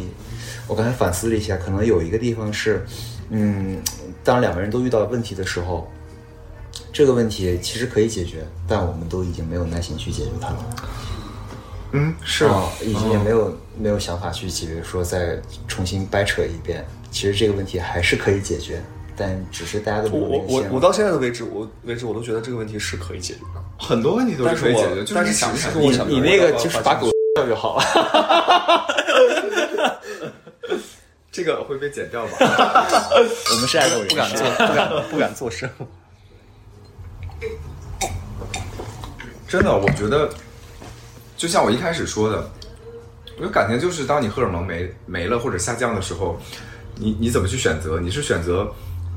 Speaker 2: 我刚才反思了一下，可能有一个地方是，嗯，当两个人都遇到问题的时候，这个问题其实可以解决，但我们都已经没有耐心去解决它了。
Speaker 1: 嗯是
Speaker 3: 哦
Speaker 1: 啊
Speaker 2: 啊，已经也没有、没有想法去解决，说再重新掰扯一遍。其实这个问题还是可以解决，但只是大家都
Speaker 3: 我
Speaker 2: 没有
Speaker 3: 我
Speaker 2: 耐心
Speaker 3: 我
Speaker 2: 了
Speaker 3: 我到现在的为止，我为止我都觉得这个问题是可以解决的。
Speaker 1: 很多问题都
Speaker 3: 但
Speaker 1: 是
Speaker 3: 是
Speaker 1: 可以
Speaker 3: 我
Speaker 1: 解决，就
Speaker 3: 但
Speaker 1: 你
Speaker 3: 是
Speaker 1: 想
Speaker 3: 其实
Speaker 1: 想
Speaker 3: 跟我想
Speaker 2: 你那个就是把狗掉就好了。
Speaker 1: 这个会被剪掉吧？
Speaker 2: 我们是 爱狗人
Speaker 3: 不敢
Speaker 2: 士
Speaker 3: 做，不敢不敢做声。
Speaker 1: 真的，我觉得，就像我一开始说的，我就感觉就是当你荷尔蒙没没了或者下降的时候，你你怎么去选择？你是选择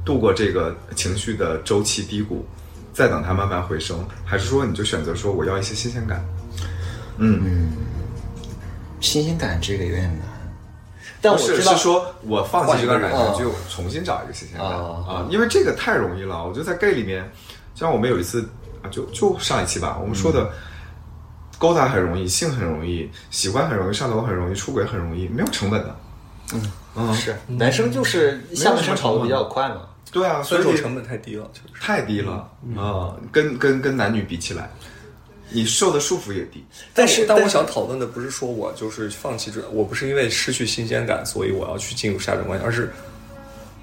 Speaker 1: 度过这个情绪的周期低谷，再等它慢慢回升，还是说你就选择说我要一些新鲜感？嗯，
Speaker 2: 新鲜感这个有点难，
Speaker 1: 但
Speaker 2: 但我
Speaker 1: 是
Speaker 2: 知道
Speaker 1: 是说我放弃这段感
Speaker 2: 换
Speaker 1: 情，
Speaker 2: 一个
Speaker 1: 就重新找一个新鲜感
Speaker 2: 啊
Speaker 1: 啊，因为这个太容易了。我觉得在 gay 里面，像我们有一次啊，就就上一期吧，我们说的。勾搭很容易，性很容易，喜欢很容易，上头很容易，出轨很容易，没有成本的。嗯
Speaker 2: 是男生就是下半身跑得比较快嘛，
Speaker 1: 对啊，所
Speaker 3: 分
Speaker 1: 以
Speaker 3: 手成本太低了，就是
Speaker 1: 太低了啊、跟跟跟男女比起来，你受的束缚也低。
Speaker 2: 但是
Speaker 3: 但我
Speaker 2: 但是
Speaker 3: 想讨论的不是说我就是放弃这，我不是因为失去新鲜感，所以我要去进入下一段关系，而是，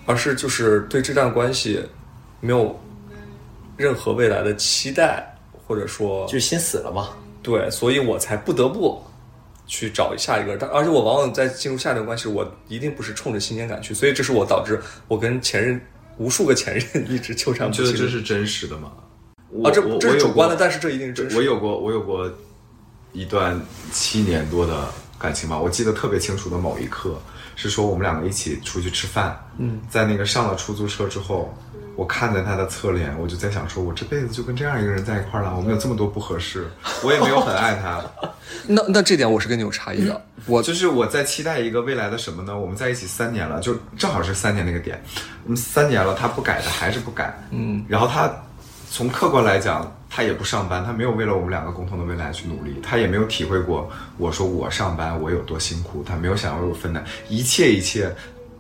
Speaker 3: 而是就是对这段关系没有任何未来的期待，或者说
Speaker 2: 就心死了嘛。
Speaker 3: 对，所以我才不得不去找下一个人。但而且我往往在进入下一段关系，我一定不是冲着新鲜感去，所以这是我导致我跟前任无数个前任一直纠缠
Speaker 1: 你
Speaker 3: 不
Speaker 1: 觉
Speaker 3: 清。
Speaker 1: 得这是真实的吗？我
Speaker 3: 啊，这
Speaker 1: 我
Speaker 3: 这
Speaker 1: 我
Speaker 3: 是
Speaker 1: 有
Speaker 3: 主观的，
Speaker 1: 过
Speaker 3: 但是这一定是真实
Speaker 1: 我
Speaker 3: 的。
Speaker 1: 有过我有过一段七年多的感情吧，我记得特别清楚的某一刻是说我们两个一起出去吃饭，嗯，在那个上了出租车之后。我看着他的侧脸，我就在想说，我这辈子就跟这样一个人在一块儿了，我们有这么多不合适，我也没有很爱他，
Speaker 3: 那那这点我是跟你有差异 的，我
Speaker 1: 就是我在期待一个未来的什么呢？我们在一起三年了，就正好是三年那个点，我们三年了，他不改的还是不改，嗯，然后他从客观来讲，他也不上班，他没有为了我们两个共同的未来去努力，他也没有体会过我说我上班我有多辛苦，他没有想要为我分担，一切一切。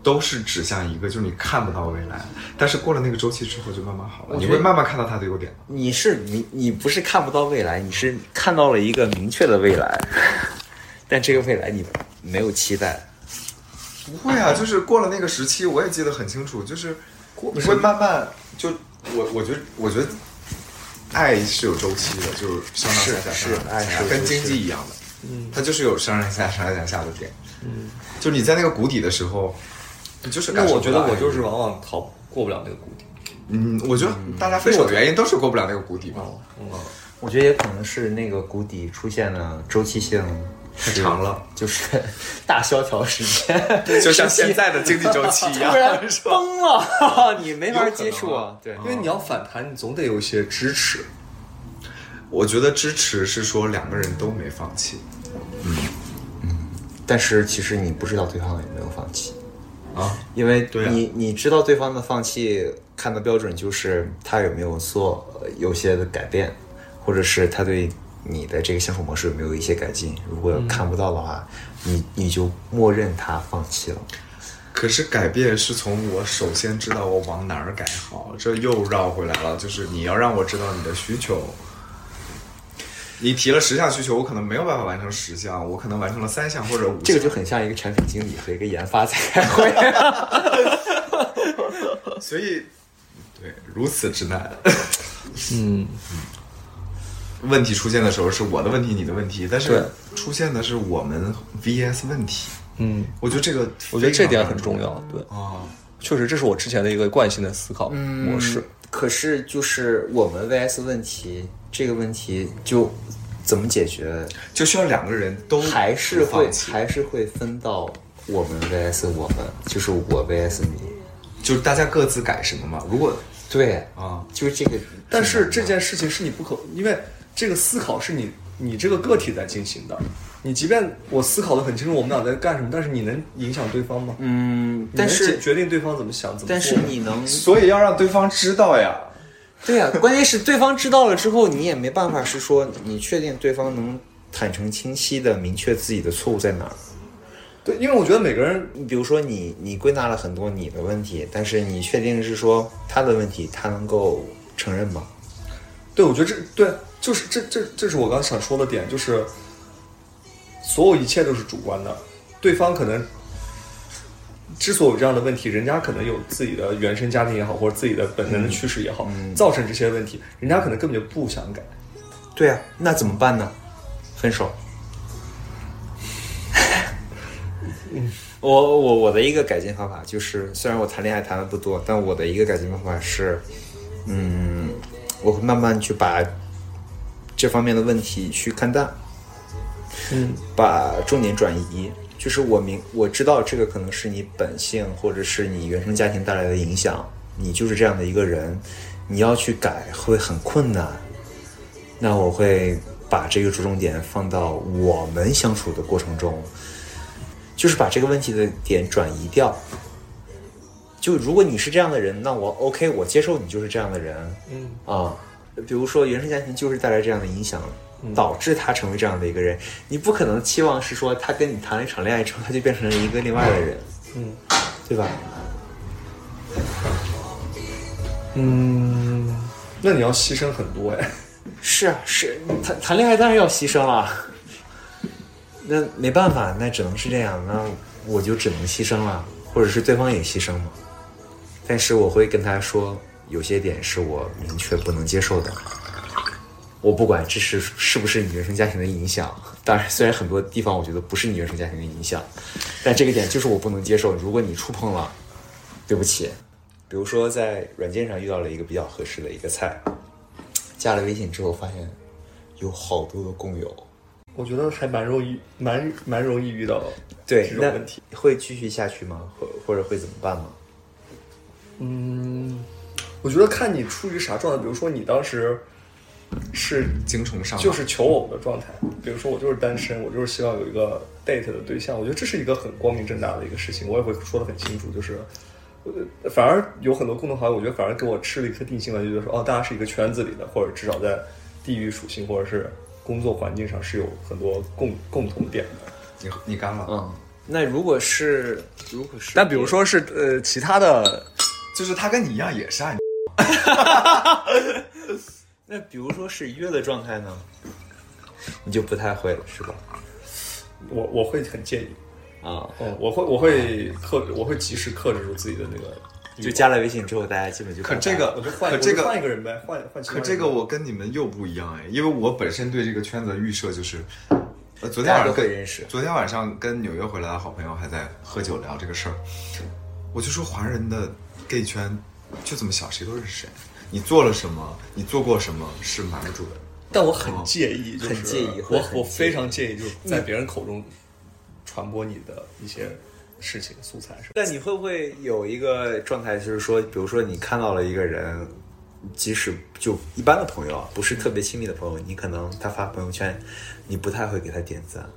Speaker 1: 都是指向一个，就是你看不到未来，但是过了那个周期之后就慢慢好了，你会慢慢看到他的优点。
Speaker 2: 你是你你不是看不到未来，你是看到了一个明确的未来， 但这个未来你没有期待。
Speaker 1: 不会啊，就是过了那个时期，我也记得很清楚，就是你会慢慢就我我觉得我觉得爱是有周期的，就是上上下下
Speaker 2: 是
Speaker 1: 上上下下
Speaker 2: 爱是有
Speaker 1: 跟
Speaker 2: 周期
Speaker 1: 经济一样的，嗯，它就是有上上下下上上下下的点，嗯，就你在那个谷底的时候，你就是
Speaker 3: 那
Speaker 1: 感受
Speaker 3: 我
Speaker 1: 不
Speaker 3: 觉
Speaker 1: 到
Speaker 3: 得我
Speaker 1: 爱
Speaker 3: 就是往往逃过不了那个谷底。
Speaker 1: 嗯，我觉得大家分手的原因都是过不了那个谷底嘛，
Speaker 2: 我觉得也可能是那个谷底出现了周期性
Speaker 1: 太长了，
Speaker 2: 就是大萧条时间，
Speaker 1: 就像现在的经济周期一
Speaker 2: 突
Speaker 1: 样，
Speaker 2: 然崩了， 你没法接触啊。对，
Speaker 3: 因为你要反弹，你总得有一些支持。
Speaker 1: 我觉得支持是说两个人都没放弃，
Speaker 2: 但是其实你不知道对方有没有放弃
Speaker 1: 啊，
Speaker 2: 因为
Speaker 1: 对啊
Speaker 2: 你、你知道对方的放弃，看的标准就是他有没有做呃有些的改变，或者是他对你的这个相处模式有没有一些改进。如
Speaker 1: 嗯
Speaker 2: 果看不到的话，你你就默认他放弃了。
Speaker 1: 可是改变是从我首先知道我往哪儿改好，这又绕回来了。就是你要让我知道你的需求，你提了十项需求，我可能没有办法完成十项，我可能完成了三项或者五项。
Speaker 2: 这个就很像一个产品经理和一个研发在开会。
Speaker 1: 所以，对，如此之难。
Speaker 3: 嗯，
Speaker 1: 问题出现的时候是我的问题，你的问题，但是
Speaker 3: 对
Speaker 1: 出现的是我们 VS 问题。
Speaker 3: 嗯，
Speaker 1: 我觉得这个，
Speaker 3: 我觉得这点很重要。对，
Speaker 1: 啊。
Speaker 3: 确实这是我之前的一个惯性的思考模式。
Speaker 2: 可是就是我们 VS 问题这个问题就怎么解决？
Speaker 1: 就需要两个人都
Speaker 2: 还是会
Speaker 1: 放弃
Speaker 2: 还是会分到我们 VS 我们，就是我 VS 你。
Speaker 1: 就是大家各自改什么嘛？如果
Speaker 2: 对，
Speaker 1: 啊，
Speaker 2: 就是这个。
Speaker 3: 但是这件事情是你不可，因为这个思考是你你这个个体在进行的。你即便我思考的很清楚我们俩在干什么，但是你能影响对方吗？
Speaker 2: 嗯，
Speaker 3: 你能
Speaker 2: 但
Speaker 3: 决
Speaker 2: 是
Speaker 3: 决定对方怎么想怎么做
Speaker 2: 但
Speaker 3: 吗。
Speaker 2: 是你能
Speaker 1: 所以要让对方知道呀。
Speaker 2: 对呀、关键是对方知道了之后，你也没办法是说你确定对方能坦诚清晰的明确自己的错误在哪儿。
Speaker 3: 对，因为我觉得每个人
Speaker 2: 你比如说你你归纳了很多你的问题，但是你确定是说他的问题，他能够承认吗？
Speaker 3: 对，我觉得这对，就是这这这是我刚想说的点，就是所有一切都是主观的，对方可能之所以有这样的问题，人家可能有自己的原生家庭也好，或者自己的本能的驱使也好，造成这些问题，人家可能根本就不想改。
Speaker 2: 对呀、那怎么办呢？分手。 我我我的一个改进方法就是，虽然我谈恋爱谈的不多，但我的一个改进方法是，嗯，我会慢慢去把这方面的问题去看淡，
Speaker 3: 嗯，
Speaker 2: 把重点转移。就是我明我知道这个可能是你本性或者是你原生家庭带来的影响，你就是这样的一个人，你要去改会很困难。那我会把这个着重点放到我们相处的过程中，就是把这个问题的点转移掉。就如果你是这样的人，那我 OK，我接受你就是这样的人。嗯啊，比如说原生家庭就是带来这样的影响，导致他成为这样的一个人。你不可能期望是说他跟你谈了一场恋爱之后，他就变成了一个另外的人。嗯，对吧？
Speaker 3: 嗯，那你要牺牲很多哎。
Speaker 2: 是啊，是谈谈恋爱当然要牺牲了，那没办法，那只能是这样，那我就只能牺牲了，或者是对方也牺牲嘛。但是我会跟他说，有些点是我明确不能接受的。我不管这是是不是你原生家庭的影响，当然虽然很多地方我觉得不是你原生家庭的影响，但这个点就是我不能接受。如果你触碰了，对不起。比如说在软件上遇到了一个比较合适的一个菜，加了微信之后，发现有好多的工友。
Speaker 3: 我觉得还蛮容易，蛮蛮容易遇到
Speaker 2: 对
Speaker 3: 这种
Speaker 2: 那
Speaker 3: 问题。
Speaker 2: 会继续下去吗？或或者会怎么办吗？
Speaker 3: 嗯，我觉得看你处于啥状态，比如说你当时是
Speaker 1: 精虫上脑
Speaker 3: 就是求偶的状态，比如说我就是单身，我就是希望有一个 date 的对象，我觉得这是一个很光明正大的一个事情，我也会说的很清楚，就是。呃反而有很多共同好友，我觉得反而给我吃了一颗定心丸，就觉得说哦，大家是一个圈子里的，或者至少在地域属性或者是工作环境上是有很多共共同点的。
Speaker 1: 你你干了，
Speaker 2: 嗯，那如果是如果是，
Speaker 1: 但比如说是呃其他的，就是他跟你一样也是爱啊你，
Speaker 2: 那比如说是约的状态呢，你就不太会了，是吧？
Speaker 3: 我我会很介
Speaker 2: 啊、
Speaker 3: 意，
Speaker 1: 哦
Speaker 3: 嗯，我会我会克我会及时克制住自己的那个欲望，
Speaker 2: 就加了微信之后，大家基本就
Speaker 1: 可这个
Speaker 3: 我就换
Speaker 1: 可
Speaker 3: 我
Speaker 1: 这
Speaker 3: 就换
Speaker 1: 个
Speaker 3: 一个人呗，换换其他
Speaker 1: 可
Speaker 3: 人呗。
Speaker 1: 这个我跟你们又不一样哎，因为我本身对这个圈子的预设就是，呃昨天
Speaker 2: 大家
Speaker 1: 晚
Speaker 2: 都
Speaker 1: 上
Speaker 2: 会
Speaker 1: 跟
Speaker 2: 认识。
Speaker 1: 昨天晚上跟纽约回来的好朋友还在喝酒聊这个事儿，我就说华人的 gay 圈就这么小，谁都认识谁。你做了什么，你做过什么是瞒不住的。
Speaker 3: 但我
Speaker 4: 哦
Speaker 3: 很介意，就是
Speaker 2: 很介意会
Speaker 3: 我
Speaker 2: 很
Speaker 3: 我
Speaker 2: 介意
Speaker 3: 非常介意，就是在别人口中传播你的一些事情素材什么。
Speaker 2: 但你会不会有一个状态，就是说，比如说你看到了一个人，即使就一般的朋友，啊，不是特别亲密的朋友，你可能他发朋友圈，你不太会给他点赞，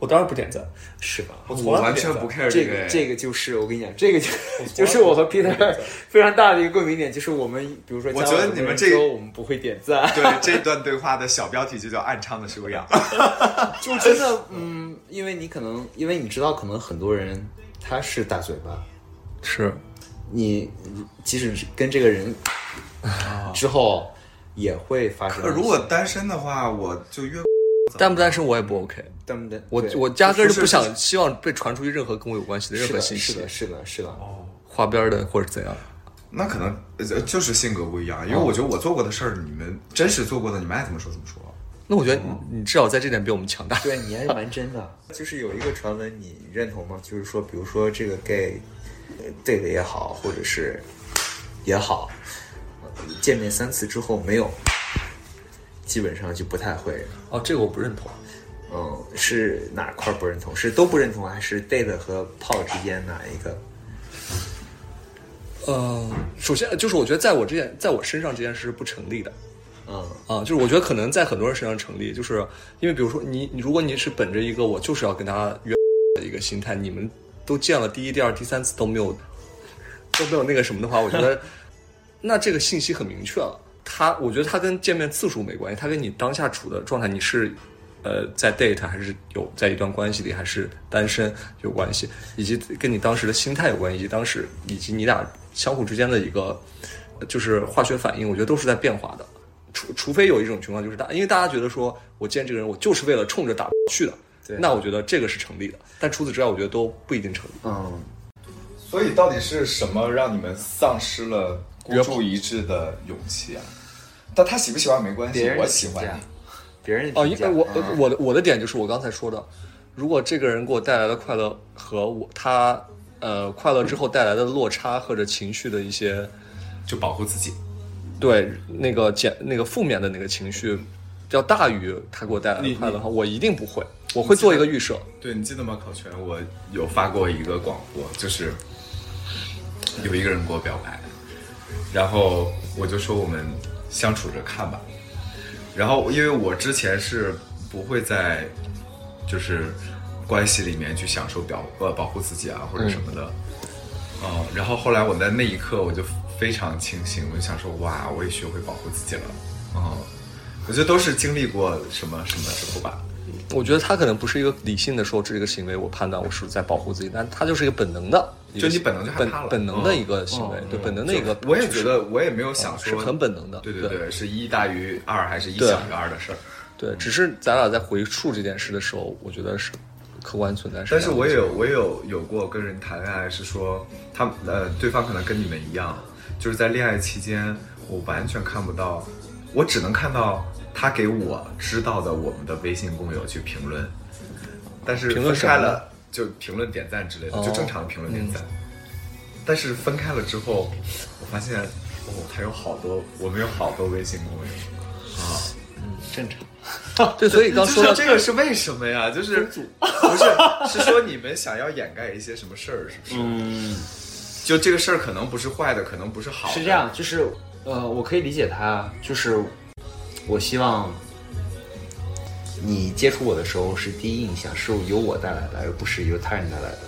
Speaker 3: 我当然不点赞，
Speaker 2: 是吧？
Speaker 3: 我从
Speaker 1: 我
Speaker 3: 来不
Speaker 1: 完
Speaker 3: 点
Speaker 1: 全
Speaker 3: 赞
Speaker 1: 不 care
Speaker 2: 这
Speaker 1: 个
Speaker 2: 个
Speaker 1: 这
Speaker 2: 这
Speaker 1: 个
Speaker 2: 个就是我跟你讲，这个就
Speaker 3: 从来不
Speaker 2: 就是我和 Peter
Speaker 3: 点 赞
Speaker 2: 非常大的一个共鸣点，就是我们比如说，
Speaker 1: 我觉得你们这
Speaker 2: 周我们不会点赞，
Speaker 1: 对这段对话的小标题就叫“暗娼的修 养
Speaker 2: 就真的嗯，因为你可能因为你知道，可能很多人他是大嘴巴，
Speaker 3: 是
Speaker 2: 你即使是跟这个人之后也会发”。生。
Speaker 1: 啊如果单身的话，我就约
Speaker 4: 单不单身我也不 OK，
Speaker 2: 对不对？
Speaker 4: 我
Speaker 2: 对
Speaker 4: 我压根儿就不
Speaker 1: 就是
Speaker 4: 想希望被传出去任何跟我有关系的任
Speaker 2: 是
Speaker 4: 何
Speaker 2: 的，
Speaker 4: 信
Speaker 2: 是
Speaker 4: 息
Speaker 2: 的，，是的，是的。
Speaker 4: 花边的或者怎样。
Speaker 1: 那可能呃就是性格不一样，因为我觉得我做过的事儿，你们真实做过的，你们爱怎么说怎么说。
Speaker 4: 那我觉
Speaker 3: 哦
Speaker 4: 得你你至少在这点比我们强大。
Speaker 2: 对，你还是蛮真的。就是有一个传闻，你认同吗？就是说，比如说这个 gay 呃 date 也好，或者是也好，呃见面三次之后没有，基本上就不太会。
Speaker 4: 哦，这个我不认同。
Speaker 2: 嗯，是哪块不认同？是都不认同，还是 date 和泡之间哪一个？
Speaker 4: 呃，首先就是我觉得在我这件，在我身上这件事是不成立的。
Speaker 2: 嗯
Speaker 4: 啊，就是我觉得可能在很多人身上成立，就是因为比如说你，你如果你是本着一个我就是要跟他约的一个心态，你们都见了第一、第二、第三次都没有都没有那个什么的话，我觉得那这个信息很明确了。他，我觉得他跟见面次数没关系，他跟你当下处的状态，你是呃在 date 还是有在一段关系里，还是单身有关系，以及跟你当时的心态有关系，以及当时以及你俩相互之间的一个呃就是化学反应，我觉得都是在变化的。除除非有一种情况，就是大，因为大家觉得说我见这个人，我就是为了冲着打去的，
Speaker 2: 对
Speaker 4: 那我觉得这个是成立的。但除此之外，我觉得都不一定成立。
Speaker 2: 嗯，
Speaker 1: 所以到底是什么让你们丧失了孤注一掷的勇气啊？但他喜不喜欢没关
Speaker 2: 别
Speaker 1: 系，
Speaker 2: 人
Speaker 1: 我
Speaker 2: 的
Speaker 1: 喜
Speaker 2: 评
Speaker 1: 欢
Speaker 2: 价
Speaker 1: 你。
Speaker 2: 别人的
Speaker 4: 哦，
Speaker 2: 评
Speaker 4: 因
Speaker 2: 价
Speaker 4: 为我
Speaker 1: 啊
Speaker 4: 呃我的我的点就是我刚才说的，如果这个人给我带来的快乐和我他呃快乐之后带来的落差或者情绪的一些
Speaker 1: 就保护自己。
Speaker 4: 对那个减那个负面的那个情绪要大于他给我带来的快乐的话，我一定不会，我会做一个预设。
Speaker 1: 对你记得吗？考全我有发过一个广播，就是有一个人给我表白，然后我就说我们相处着看吧。然后因为我之前是不会在就是关系里面去享受表呃保护自己啊或者什么的，嗯，然后后来我在那一刻我就非常清醒，我就想说哇，我也学会保护自己了，嗯，我觉得都是经历过什么什么之后吧，
Speaker 3: 我觉得他可能不是一个理性的说这个行为，我判断我是不是在保护自己，但他就是一个本能的一个
Speaker 1: 就你
Speaker 3: 行，
Speaker 1: 本能就害
Speaker 3: 本
Speaker 1: 怕了嗯
Speaker 3: 本能的一个行为，对本能的一个，啊
Speaker 1: 我也觉得我也没有想
Speaker 3: 是
Speaker 1: 说
Speaker 3: 很本能的，
Speaker 1: 对
Speaker 3: 对
Speaker 1: 对对，是一大于二还是一
Speaker 3: 对啊
Speaker 1: 小于二的事儿。
Speaker 3: 对，只是咱俩在回溯这件事的时候，我觉得是客观存在。
Speaker 1: 但是我也有我也有有过跟人谈恋爱，是说他们呃对方可能跟你们一样，就是在恋爱期间，我完全看不到，我只能看到他给我知道的我们的微信共友去评论，但是
Speaker 3: 评论
Speaker 1: 分
Speaker 3: 什么
Speaker 1: 开
Speaker 3: 呢
Speaker 1: 了就评论点赞之类的，
Speaker 3: 哦
Speaker 1: 就正常的评论点赞。但是分开了之后，我发现哦，他有好多我们有好多微信共友。啊
Speaker 2: 正常。
Speaker 3: 啊对，所以刚说到
Speaker 1: 就是这个是为什么呀？就是不是是说你们想要掩盖一些什么事儿，是不是？
Speaker 5: 嗯，
Speaker 1: 就这个事儿可能不是坏的，可能不是好的。
Speaker 5: 是这样，就是呃，我可以理解他，就是我希望你接触我的时候是第一印象是由我带来的，而不是由他人带来的。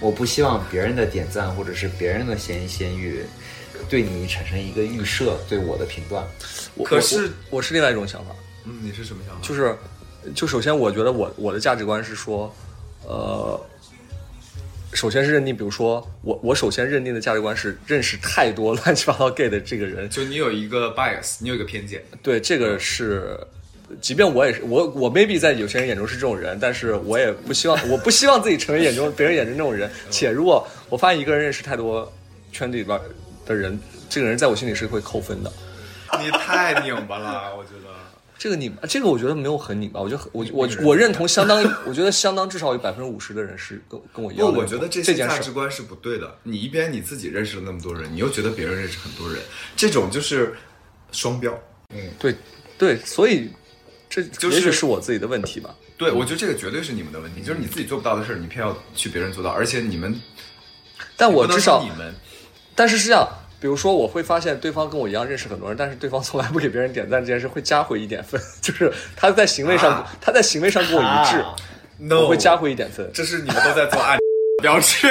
Speaker 5: 我不希望别人的点赞或者是别人的闲言闲语对你产生一个预设，对我的评断。
Speaker 3: 我
Speaker 1: 可是
Speaker 3: 我我是另外一种想法，
Speaker 1: 嗯，你是什么想法？
Speaker 3: 就是就首先我觉得我我的价值观是说，呃，首先是认定，比如说我我首先认定的价值观是认识太多 乱七八糟 gay 的这个人，
Speaker 1: 就你有一个 bias，你有一个偏见。
Speaker 3: 对，
Speaker 1: 嗯
Speaker 3: 这个是，即便我也是我我 maybe 在有些人眼中是这种人，但是我也不希望我不希望自己成为眼中别人眼中那种人。
Speaker 1: 嗯
Speaker 3: 且如果我发现一个人认识太多圈子里边的人，这个人在我心里是会扣分的。
Speaker 1: 你太拧巴了，我觉得。
Speaker 3: 这个你这个我觉得没有很拧巴，我觉得很我我我 认同相当，我觉得相当至少有百分之五十的人是跟跟我一样的认
Speaker 1: 不，
Speaker 3: 同。
Speaker 1: 我觉得
Speaker 3: 这
Speaker 1: 些
Speaker 3: 件
Speaker 1: 价
Speaker 3: 事
Speaker 1: 值观是不对的。你一边你自己认识了那么多人，你又觉得别人认识很多人，这种就是双标。
Speaker 3: 对对，所以这
Speaker 1: 就
Speaker 3: 也许
Speaker 1: 是
Speaker 3: 是我自己的问题吧。
Speaker 1: 对，我觉得这个绝对是你们的问题，就是你自己做不到的事儿，你偏要去别人做到，而且你们，
Speaker 3: 但我
Speaker 1: 不能
Speaker 3: 至
Speaker 1: 说
Speaker 3: 少
Speaker 1: 你们
Speaker 3: 但是是这样，比如说我会发现对方跟我一样认识很多人，但是对方从来不给别人点赞这件事会加回一点分， 就是他在行为上、
Speaker 1: 啊
Speaker 3: 他在行为上跟我一致，
Speaker 1: no
Speaker 3: 我会加回一点分，
Speaker 1: 这是你们都在做 暗标志。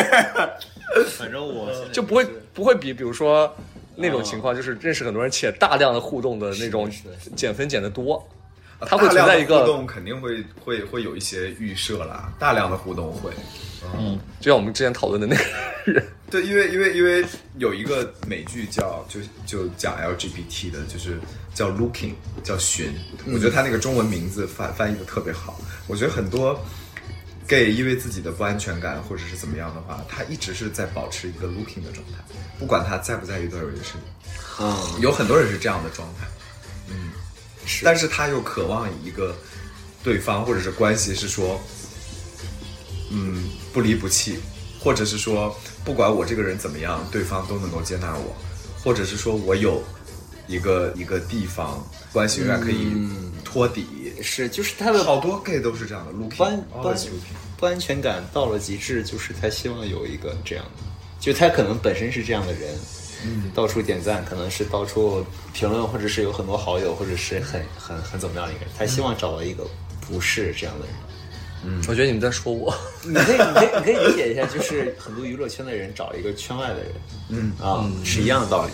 Speaker 2: 反正我现在
Speaker 3: 就不会不会比比如说那种情况，就是认识很多人且大量的互动啊的那种减分减的啊多，它会存在一
Speaker 1: 大量的互
Speaker 3: 个
Speaker 1: 动，肯定会会会有一些预设啦，大量的互动会。
Speaker 3: 就像我们之前讨论的那个人，
Speaker 1: 对，因为因为因为有一个美剧叫就就讲 LGBT 的，就是叫 Looking，叫寻。
Speaker 3: 嗯
Speaker 1: 我觉得他那个中文名字翻翻译的特别好。我觉得很多 gay 因为自己的不安全感或者是怎么样的话，他一直是在保持一个 looking 的状态，不管他在不在意都有一个身影。
Speaker 5: 嗯，
Speaker 1: 有很多人是这样的状态，嗯，是，但是他又渴望一个对方或者是关系是说，嗯，不离不弃，或者是说不管我这个人怎么样，对方都能够接纳我，或者是说我有一个一个地方关系永远可以托底，
Speaker 2: 是就是他的
Speaker 1: 好多 gay 都是这样的 looking，
Speaker 2: 安
Speaker 1: always looking。
Speaker 2: 不安全感到了极致，就是他希望有一个这样的，就他可能本身是这样的人，嗯，到处点赞，可能是到处评论，或者是有很多好友，或者是很很很怎么样的一个人，他希望找到一个不是这样的人。
Speaker 3: 我觉得你们在说我，
Speaker 2: 你可以，你可以，你可以理解一下，就是很多娱乐圈的人找一个圈外的人，嗯啊，是一样的道理。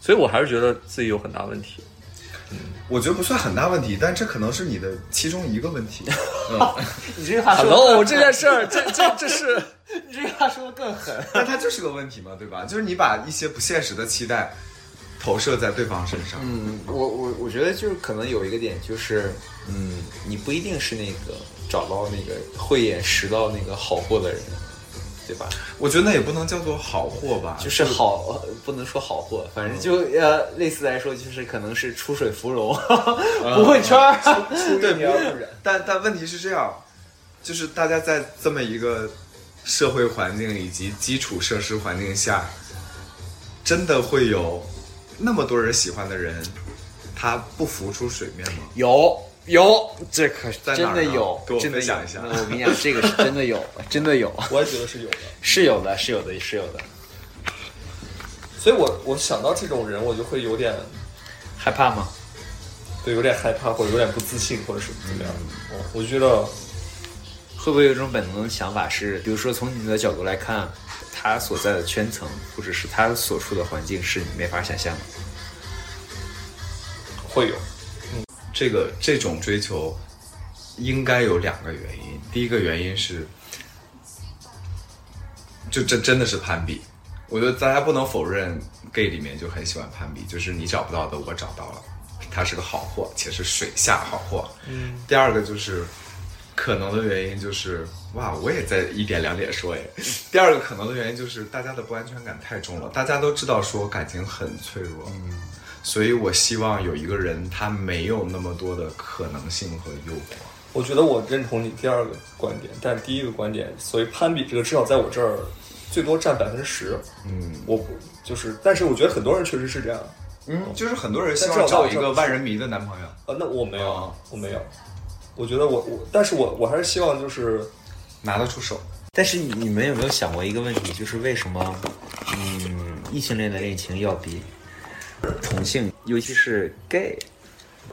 Speaker 3: 所以我还是觉得自己有很大问题。
Speaker 1: 我觉得不算很大问题，但这可能是你的其中一个问题。
Speaker 2: 你这句
Speaker 3: 啊
Speaker 2: 话说，
Speaker 3: Hello，这件事儿，这这这是。
Speaker 2: 你这句话说的更狠。
Speaker 1: 但它就是个问题嘛，对吧？就是你把一些不现实的期待投射在对方身上。
Speaker 2: 嗯，我我我觉得就是可能有一个点就是，嗯，你不一定是那个找到那个慧眼识到那个好货的人，对吧？
Speaker 1: 我觉得那也不能叫做好货吧，
Speaker 2: 就是好，呃不能说好货，反正就
Speaker 1: 嗯
Speaker 2: 呃，类似来说就是可能是出水芙蓉，
Speaker 1: 啊
Speaker 2: 不混圈儿。
Speaker 1: 对，不要但但问题是这样，就是大家在这么一个社会环境以及基础设施环境下，真的会有那么多人喜欢的人，他不浮出水面吗？
Speaker 2: 有有，这可
Speaker 1: 在哪
Speaker 2: 真
Speaker 1: 儿
Speaker 2: 的
Speaker 1: 呢
Speaker 2: 有，
Speaker 1: 给我
Speaker 2: 真的
Speaker 1: 分享
Speaker 2: 有
Speaker 1: 一下
Speaker 2: 那我跟你讲，这个是真的有，真的有，
Speaker 3: 我也觉得是有的。
Speaker 2: 是有的，是有的，是有的。
Speaker 3: 所以我我想到这种人，我就会有点
Speaker 6: 害怕吗？
Speaker 3: 对，有点害怕，或者有点不自信，或者是怎么样的。
Speaker 1: 嗯
Speaker 3: 我我觉得
Speaker 6: 会不会有一种本能的想法是，比如说从你的角度来看，他所在的圈层或者是他所处的环境是你没法想象的？
Speaker 3: 会有，
Speaker 1: 这个这种追求应该有两个原因，第一个原因是，就这真的是攀比。我觉得大家不能否认，gay 里面就很喜欢攀比，就是你找不到的我找到了，他是个好货，且是水下好货。嗯。第二个就是可能的原因就是，哇，我也在一点两点说哎。 第二个可能的原因就是大家的不安全感太重了，大家都知道说感情很脆弱。嗯。所以我希望有一个人，他没有那么多的可能性和诱惑。
Speaker 3: 我觉得我认同你第二个观点，但是第一个观点，所以攀比这个至少在我这儿最多占百分之十。嗯，我不就是，但是我觉得很多人确实是这样。
Speaker 1: 嗯，就是很多人希
Speaker 3: 但
Speaker 1: 望
Speaker 3: 这
Speaker 1: 找
Speaker 3: 我
Speaker 1: 一
Speaker 3: 这
Speaker 1: 个万人迷的男朋友。
Speaker 3: 呃，那我没有，
Speaker 1: 啊
Speaker 3: 我没有。我觉得我我，但是我我还是希望就是
Speaker 1: 拿得出手，
Speaker 2: 但是你们有没有想过一个问题，就是为什么，嗯，异性恋的恋情要比同性，尤其是 gay，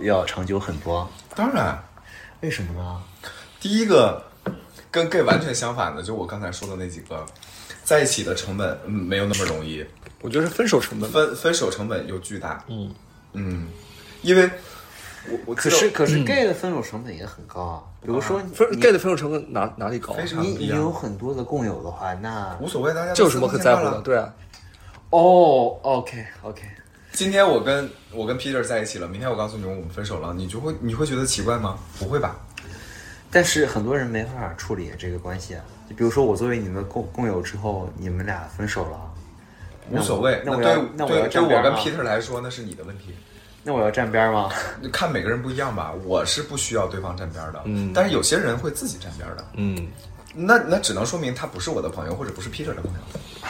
Speaker 2: 要长久很多？
Speaker 1: 当然，
Speaker 2: 为什么呢？
Speaker 1: 第一个跟 gay 完全相反的，就我刚才说的那几个，在一起的成本嗯没有那么容易，
Speaker 3: 我觉得是分手成本
Speaker 1: 分分手成本又巨大。嗯嗯，因为我我
Speaker 6: 可
Speaker 1: 可
Speaker 6: 是可是 gay 的分手成本也很高啊，比如说
Speaker 3: 嗯分 gay 的分手成本哪哪里高啊？
Speaker 1: 非常
Speaker 6: 你
Speaker 1: 不一
Speaker 6: 你
Speaker 1: 样
Speaker 6: 有很多的共有的话，那
Speaker 1: 无所谓，大家都
Speaker 3: 这有什么可在乎
Speaker 1: 四
Speaker 3: 的？
Speaker 1: 分
Speaker 3: 对啊，
Speaker 6: 哦，OK OK，
Speaker 1: 今天我跟我跟 Peter 在一起了，明天我告诉你我们分手了，你就会你会觉得奇怪吗？不会吧？
Speaker 2: 但是很多人没办法处理这个关系啊，就比如说我作为你们的共共友之后，你们俩分手了，
Speaker 1: 无所谓。
Speaker 2: 那我
Speaker 1: 对
Speaker 2: 要那我要
Speaker 1: 对对
Speaker 2: 站
Speaker 1: 我
Speaker 2: 边啊
Speaker 1: 跟
Speaker 2: 吗
Speaker 1: Peter 来说，那是你的问题。
Speaker 2: 那我要站边吗？
Speaker 1: 看每个人不一样吧，我是不需要对方站边的，
Speaker 3: 嗯
Speaker 1: 但是有些人会自己站边的，
Speaker 3: 嗯，
Speaker 1: 那那只能说明他不是我的朋友，或者不是 Peter 的朋友，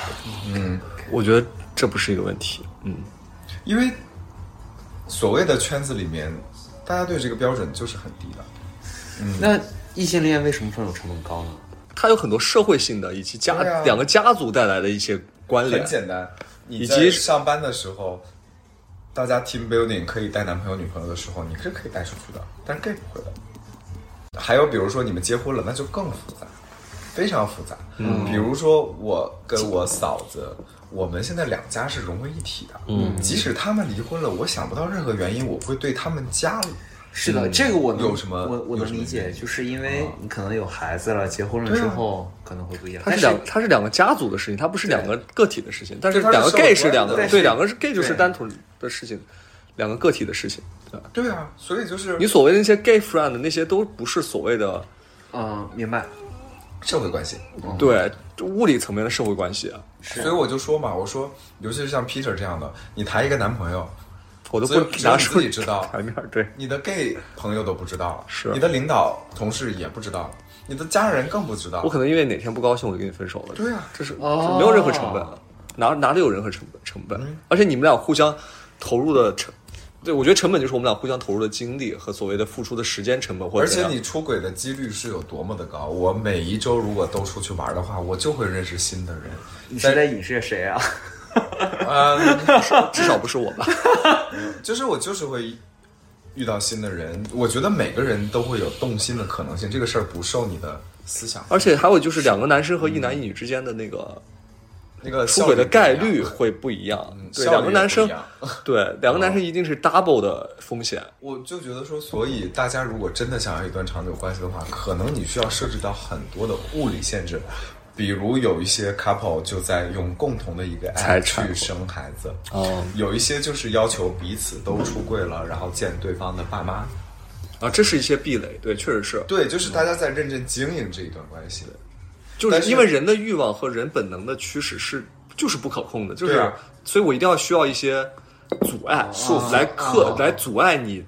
Speaker 3: 我觉得这不是一个问题。嗯，
Speaker 1: 因为所谓的圈子里面，大家对这个标准就是很低的。嗯
Speaker 2: 那异性恋为什么分手成本高呢？
Speaker 3: 它有很多社会性的以及家、
Speaker 1: 对啊
Speaker 3: 两个家族带来的一些关
Speaker 1: 很
Speaker 3: 联。
Speaker 1: 简单，你
Speaker 3: 以
Speaker 1: 在
Speaker 3: 及
Speaker 1: 上班的时候，大家 team building 可以带男朋友、女朋友的时候，你是可以带出去的，但是 gay 不会的。还有比如说你们结婚了，那就更复杂，非常复杂。嗯，比如说我跟我嫂子，我们现在两家是融为一体的。嗯，即使他们离婚了，我想不到任何原因我会对他们家里。
Speaker 2: 是的，这个我能
Speaker 1: 嗯有什么
Speaker 2: 我我
Speaker 1: 有
Speaker 2: 能
Speaker 1: 什么
Speaker 2: 理
Speaker 1: 原
Speaker 2: 解，
Speaker 1: 因啊
Speaker 2: 就是因为你可能有孩子了，结婚了
Speaker 1: 对啊
Speaker 2: 之后可能会不一样。
Speaker 3: 它
Speaker 2: 但
Speaker 3: 是
Speaker 2: 是
Speaker 3: 两，它是两个家族的事情，它不是两个个体的事情。但是
Speaker 1: 它是
Speaker 3: 两个
Speaker 1: 社会
Speaker 3: gay 是两
Speaker 1: 关
Speaker 3: 个，
Speaker 1: 系
Speaker 3: 对，
Speaker 1: 对
Speaker 3: 两个是 gay 就是
Speaker 1: 对
Speaker 3: 单独的事情，两个个体的事情。对吧
Speaker 1: 对啊，所以就是
Speaker 3: 你所谓的那些 gay friend 那些都不是所谓的
Speaker 2: 嗯，明白。
Speaker 1: 社会关系。
Speaker 3: 对物理层面的社会关系啊，
Speaker 1: 所以我就说嘛，我说，尤其是像 Peter 这样的，你谈一个男朋友，
Speaker 3: 我都
Speaker 1: 只有
Speaker 3: 不
Speaker 1: 只有
Speaker 3: 拿
Speaker 1: 你
Speaker 3: 出
Speaker 1: 自己知道
Speaker 3: 台面儿对。
Speaker 1: 你的 gay 朋友都不知道了，
Speaker 3: 是
Speaker 1: 你的领导、同事也不知道了，你的家人更不知道。
Speaker 3: 我可能因为哪天不高兴，我就跟你分手了。
Speaker 1: 对啊
Speaker 3: 这是这没有任何成本
Speaker 1: 哦
Speaker 3: 的，哪哪里有任何成本成本？
Speaker 1: 嗯
Speaker 3: 而且你们俩互相投入的成，对我觉得成本就是我们俩互相投入的精力和所谓的付出的时间成本，或者
Speaker 1: 而且
Speaker 3: 怎样
Speaker 1: 你出轨的几率是有多么的高？我每一周如果都出去玩的话，我就会认识新的人。
Speaker 2: 你是在影射 谁啊？
Speaker 1: 嗯，
Speaker 3: 至少不是我吧？
Speaker 1: 就是我就是会遇到新的人。我觉得每个人都会有动心的可能性，这个事儿不受你的思想
Speaker 3: 而且还有就是两个男生和一男一女之间的那个
Speaker 1: 那个
Speaker 3: 出轨的概
Speaker 1: 效不一
Speaker 3: 率
Speaker 1: 样嗯
Speaker 3: 会不一样。对，
Speaker 1: 效率
Speaker 3: 两个男生
Speaker 1: 也不一样，
Speaker 3: 对两个男生一定是 double 的风险。
Speaker 1: 我就觉得说，所以大家如果真的想要一段长久关系的话，可能你需要涉及到很多的物理限制，比如有一些 couple 就在用共同的一个爱
Speaker 3: 财产
Speaker 1: 去生孩子，
Speaker 3: 哦，
Speaker 1: 有一些就是要求彼此都出柜了，然后见对方的爸妈。
Speaker 3: 啊，这是一些壁垒，对，确实是。
Speaker 1: 对，就是大家在认真经营这一段关系。
Speaker 3: 就
Speaker 1: 但
Speaker 3: 是
Speaker 1: 是
Speaker 3: 因为人的欲望和人本能的驱使是就是不可控的，就是、
Speaker 1: 对啊
Speaker 3: 所以我一定要需要一些阻碍束缚来克、来阻碍你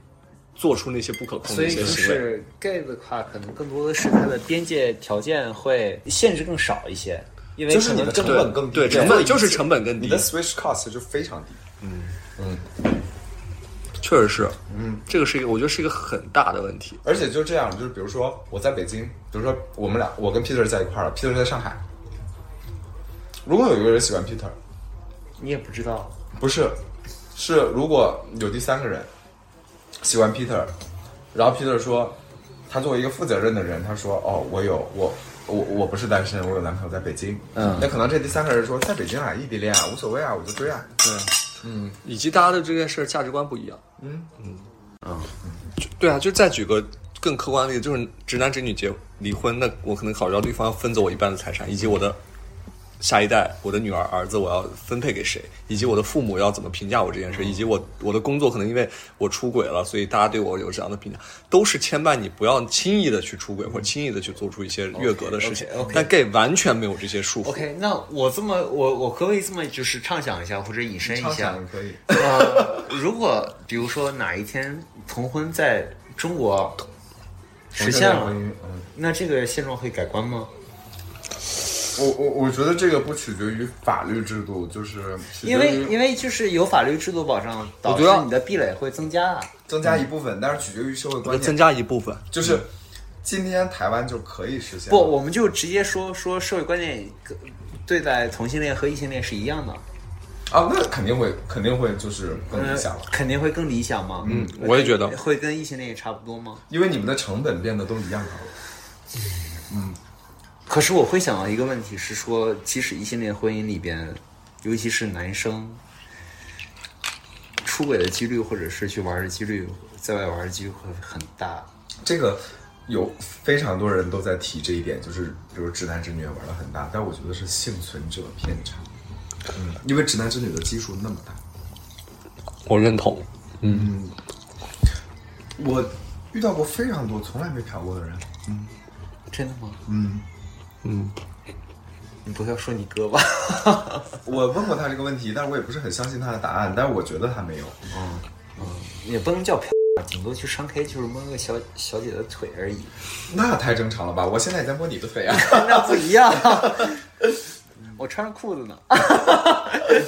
Speaker 3: 做出那些不可控
Speaker 6: 所
Speaker 3: 的一
Speaker 6: 以
Speaker 3: 些
Speaker 6: 就
Speaker 3: 行为。
Speaker 6: 是 gay 的话，可能
Speaker 2: 更多的是它的边界条件会限制更少一些，因为
Speaker 1: 就是
Speaker 2: 可
Speaker 1: 你
Speaker 2: 能
Speaker 1: 的
Speaker 2: 更
Speaker 1: 成本更低，
Speaker 3: 对成本就是成本更低
Speaker 1: 你的 switch cost 就非常低。
Speaker 3: 确实是，嗯，这个是一个我觉得是一个很大的问题。
Speaker 1: 而且就这样，就是比如说我在北京，比如说我们俩，我跟 Peter 在一块儿了，Peter 在上海。如果有一个人喜欢 Peter，
Speaker 2: 你也不知道，
Speaker 1: 不是，是如果有第三个人喜欢 Peter，然后 Peter 说，他作为一个负责任的人，他说，哦，我有我。我我不是单身，我有男朋友在北京。嗯，那可能这第三个人说在北京啊，异地恋啊，无所谓啊，我就追啊。
Speaker 3: 以及大家对这件事儿价值观不一样。嗯嗯啊，对啊，就再举个更客观的例子，就是直男直女结离婚，那我可能考虑到对方要分走我一半的财产，以及我的下一代，我的女儿、儿子，我要分配给谁，以及我的父母要怎么评价我这件事，以及我我的工作可能因为我出轨了，所以大家对我有这样的评价，都是牵绊你不要轻易的去出轨或者轻易的去做出一些越格的事情。
Speaker 2: OK，OK，OK
Speaker 3: 但 gay 完全没有这些束缚。
Speaker 2: OK，那我这么我我可不可以这么就是畅想一下或者引申一
Speaker 1: 畅
Speaker 2: 下
Speaker 1: 想？可以，啊
Speaker 2: 呃，如果比如说哪一天同婚在中国实现
Speaker 1: 同性恋
Speaker 2: 了
Speaker 1: 婚，姻嗯
Speaker 2: 那这个现状会改观吗？
Speaker 1: 我我我觉得这个不取决于法律制度，就是取决
Speaker 2: 因为
Speaker 1: 于
Speaker 2: 因为就是有法律制度保障，导
Speaker 3: 觉
Speaker 2: 致
Speaker 3: 得
Speaker 2: 你的壁垒会增加啊。
Speaker 1: 增加一部分，但是取决于社会观
Speaker 3: 增
Speaker 1: 念。
Speaker 3: 加一部分，
Speaker 1: 就是今天台湾就可以实现
Speaker 2: 不，
Speaker 1: 了，
Speaker 2: 我们就直接说说社会观念跟对待同性恋和异性恋是一样的，
Speaker 1: 啊，那肯定会肯定会就是更理想了，
Speaker 2: 肯定会更理想嘛。嗯，
Speaker 3: 我也觉得
Speaker 2: 会跟异性恋也差不多吗？
Speaker 1: 因为你们的成本变得都一样高。
Speaker 2: 可是我会想到一个问题是说，即使异性恋婚姻里边，尤其是男生出轨的几率，或者是去玩的几率，在外玩的几率会很大。
Speaker 1: 这个有非常多人都在提这一点，就是比如直男直女也玩的很大，但我觉得是幸存者偏差，嗯，因为直男直女的基数那么大。
Speaker 3: 我认 同。
Speaker 1: 我遇到过非常多从来没嫖过的人，
Speaker 2: 真的吗？
Speaker 1: 嗯，
Speaker 2: 你不要说你哥吧？
Speaker 1: 我问过他这个问题，但是我也不是很相信他的答案，但是我觉得他没有。
Speaker 2: 也不能叫嫖，顶多去商 K 就是摸个小小姐的腿而已，
Speaker 1: 那太正常了吧？我现在也在摸你的腿啊！
Speaker 2: 那 不一样。 我穿着裤子呢。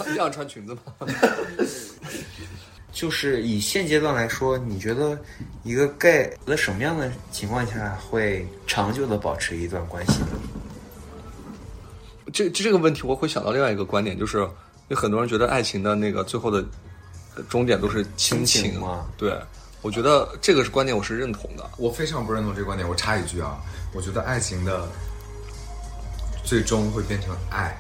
Speaker 3: 这样穿裙子吗？
Speaker 2: 就是以现阶段来说，你觉得一个 gay 在什么样的情况下会长久的保持一段关系呢？
Speaker 3: 这这这个问题，我会想到另外一个观点，就是有很多人觉得爱情的那个最后的呃终点都是
Speaker 2: 亲
Speaker 3: 亲
Speaker 2: 情
Speaker 3: 情
Speaker 2: 嘛
Speaker 3: 对，我觉得这个是观点，我是认同的。
Speaker 1: 我非常不认同这个观点。我插一句啊，我觉得爱情的最终会变成爱，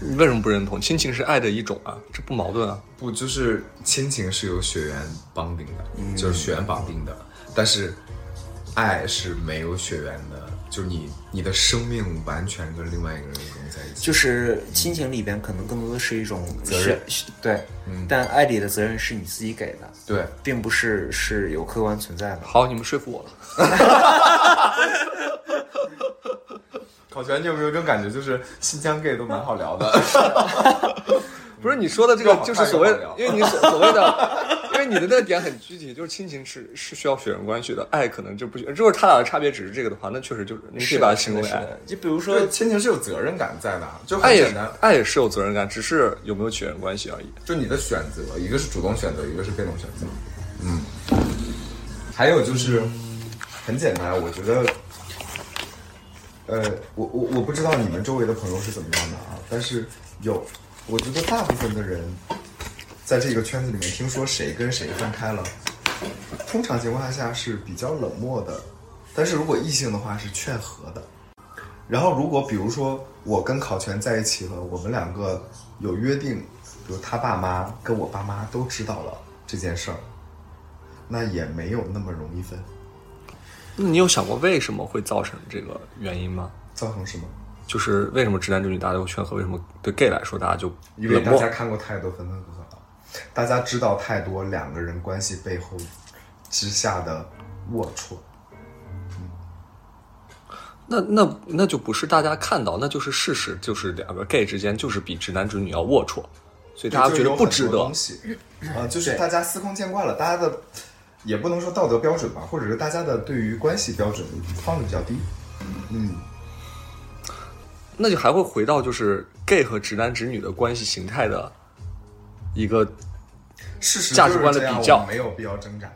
Speaker 3: 你为什么不认同？亲情是爱的一种啊，这不矛盾啊。
Speaker 1: 不就是亲情是有血缘绑定的，就是血缘绑定的，但是爱是没有血缘的，就是你你的生命完全跟另外一个人融在一起。
Speaker 2: 就是亲情里边可能更多的是一种
Speaker 1: 责任
Speaker 2: 是，对，但爱里的责任是你自己给的，
Speaker 1: 对，
Speaker 2: 并不是是有客观存在的。
Speaker 3: 好，你们说服我了。
Speaker 1: 考全，你有没有这种感觉？就是新疆 gay 都蛮好聊 的。
Speaker 3: 不是你说的这个
Speaker 1: 要，好
Speaker 3: 就是所谓
Speaker 1: 太好聊，
Speaker 3: 因为你所所谓的，因为你的那个点很具体，就是亲情是是需要血缘关系的，爱可能就不需，就是他俩的差别只是这个的话，那确实就是你可以把它形容为爱。
Speaker 2: 就比如 说
Speaker 1: 对，亲情是有责任感在的，就很
Speaker 3: 爱也
Speaker 1: 简单，
Speaker 3: 爱也是有责任感，只是有没有血缘关系而已。
Speaker 1: 就你的选择，一个是主动选择，一个是被动选择。嗯，还有就是很简单，我觉得，呃，我我我不知道你们周围的朋友是怎么样的啊，但是有，我觉得大部分的人在这个圈子里面，听说谁跟谁分开了，通常情况下是比较冷漠的，但是如果异性的话是劝和的。然后如果比如说我跟考全在一起了，我们两个有约定，比如他爸妈跟我爸妈都知道了这件事儿，那也没有那么容易分。
Speaker 3: 那你有想过为什么会造成这个原因吗？
Speaker 1: 造成什么？
Speaker 3: 就是为什么直男直女大家都劝和，为什么对 gay 来说大家就
Speaker 1: 因为
Speaker 3: 冷
Speaker 1: 大
Speaker 3: 漠
Speaker 1: 家？看过太多分分合合了，大家知道太多两个人关系背后之下的龌龊。
Speaker 3: 那那那就不是大家看到，那就是事实，就是两个 gay 之间就是比直男直女要龌龊，所以大家觉得不值
Speaker 1: 就有很
Speaker 3: 得
Speaker 1: 多东。西，啊，就是大家司空见惯了，大家的也不能说道德标准吧，或者是大家的对于关系标准放的比较低。嗯，
Speaker 3: 那就还会回到就是 gay 和直男直女的关系形态的一个，
Speaker 1: 事实
Speaker 3: 价值观的
Speaker 1: 就是这样
Speaker 3: 比较
Speaker 1: 我们没有必要挣 扎，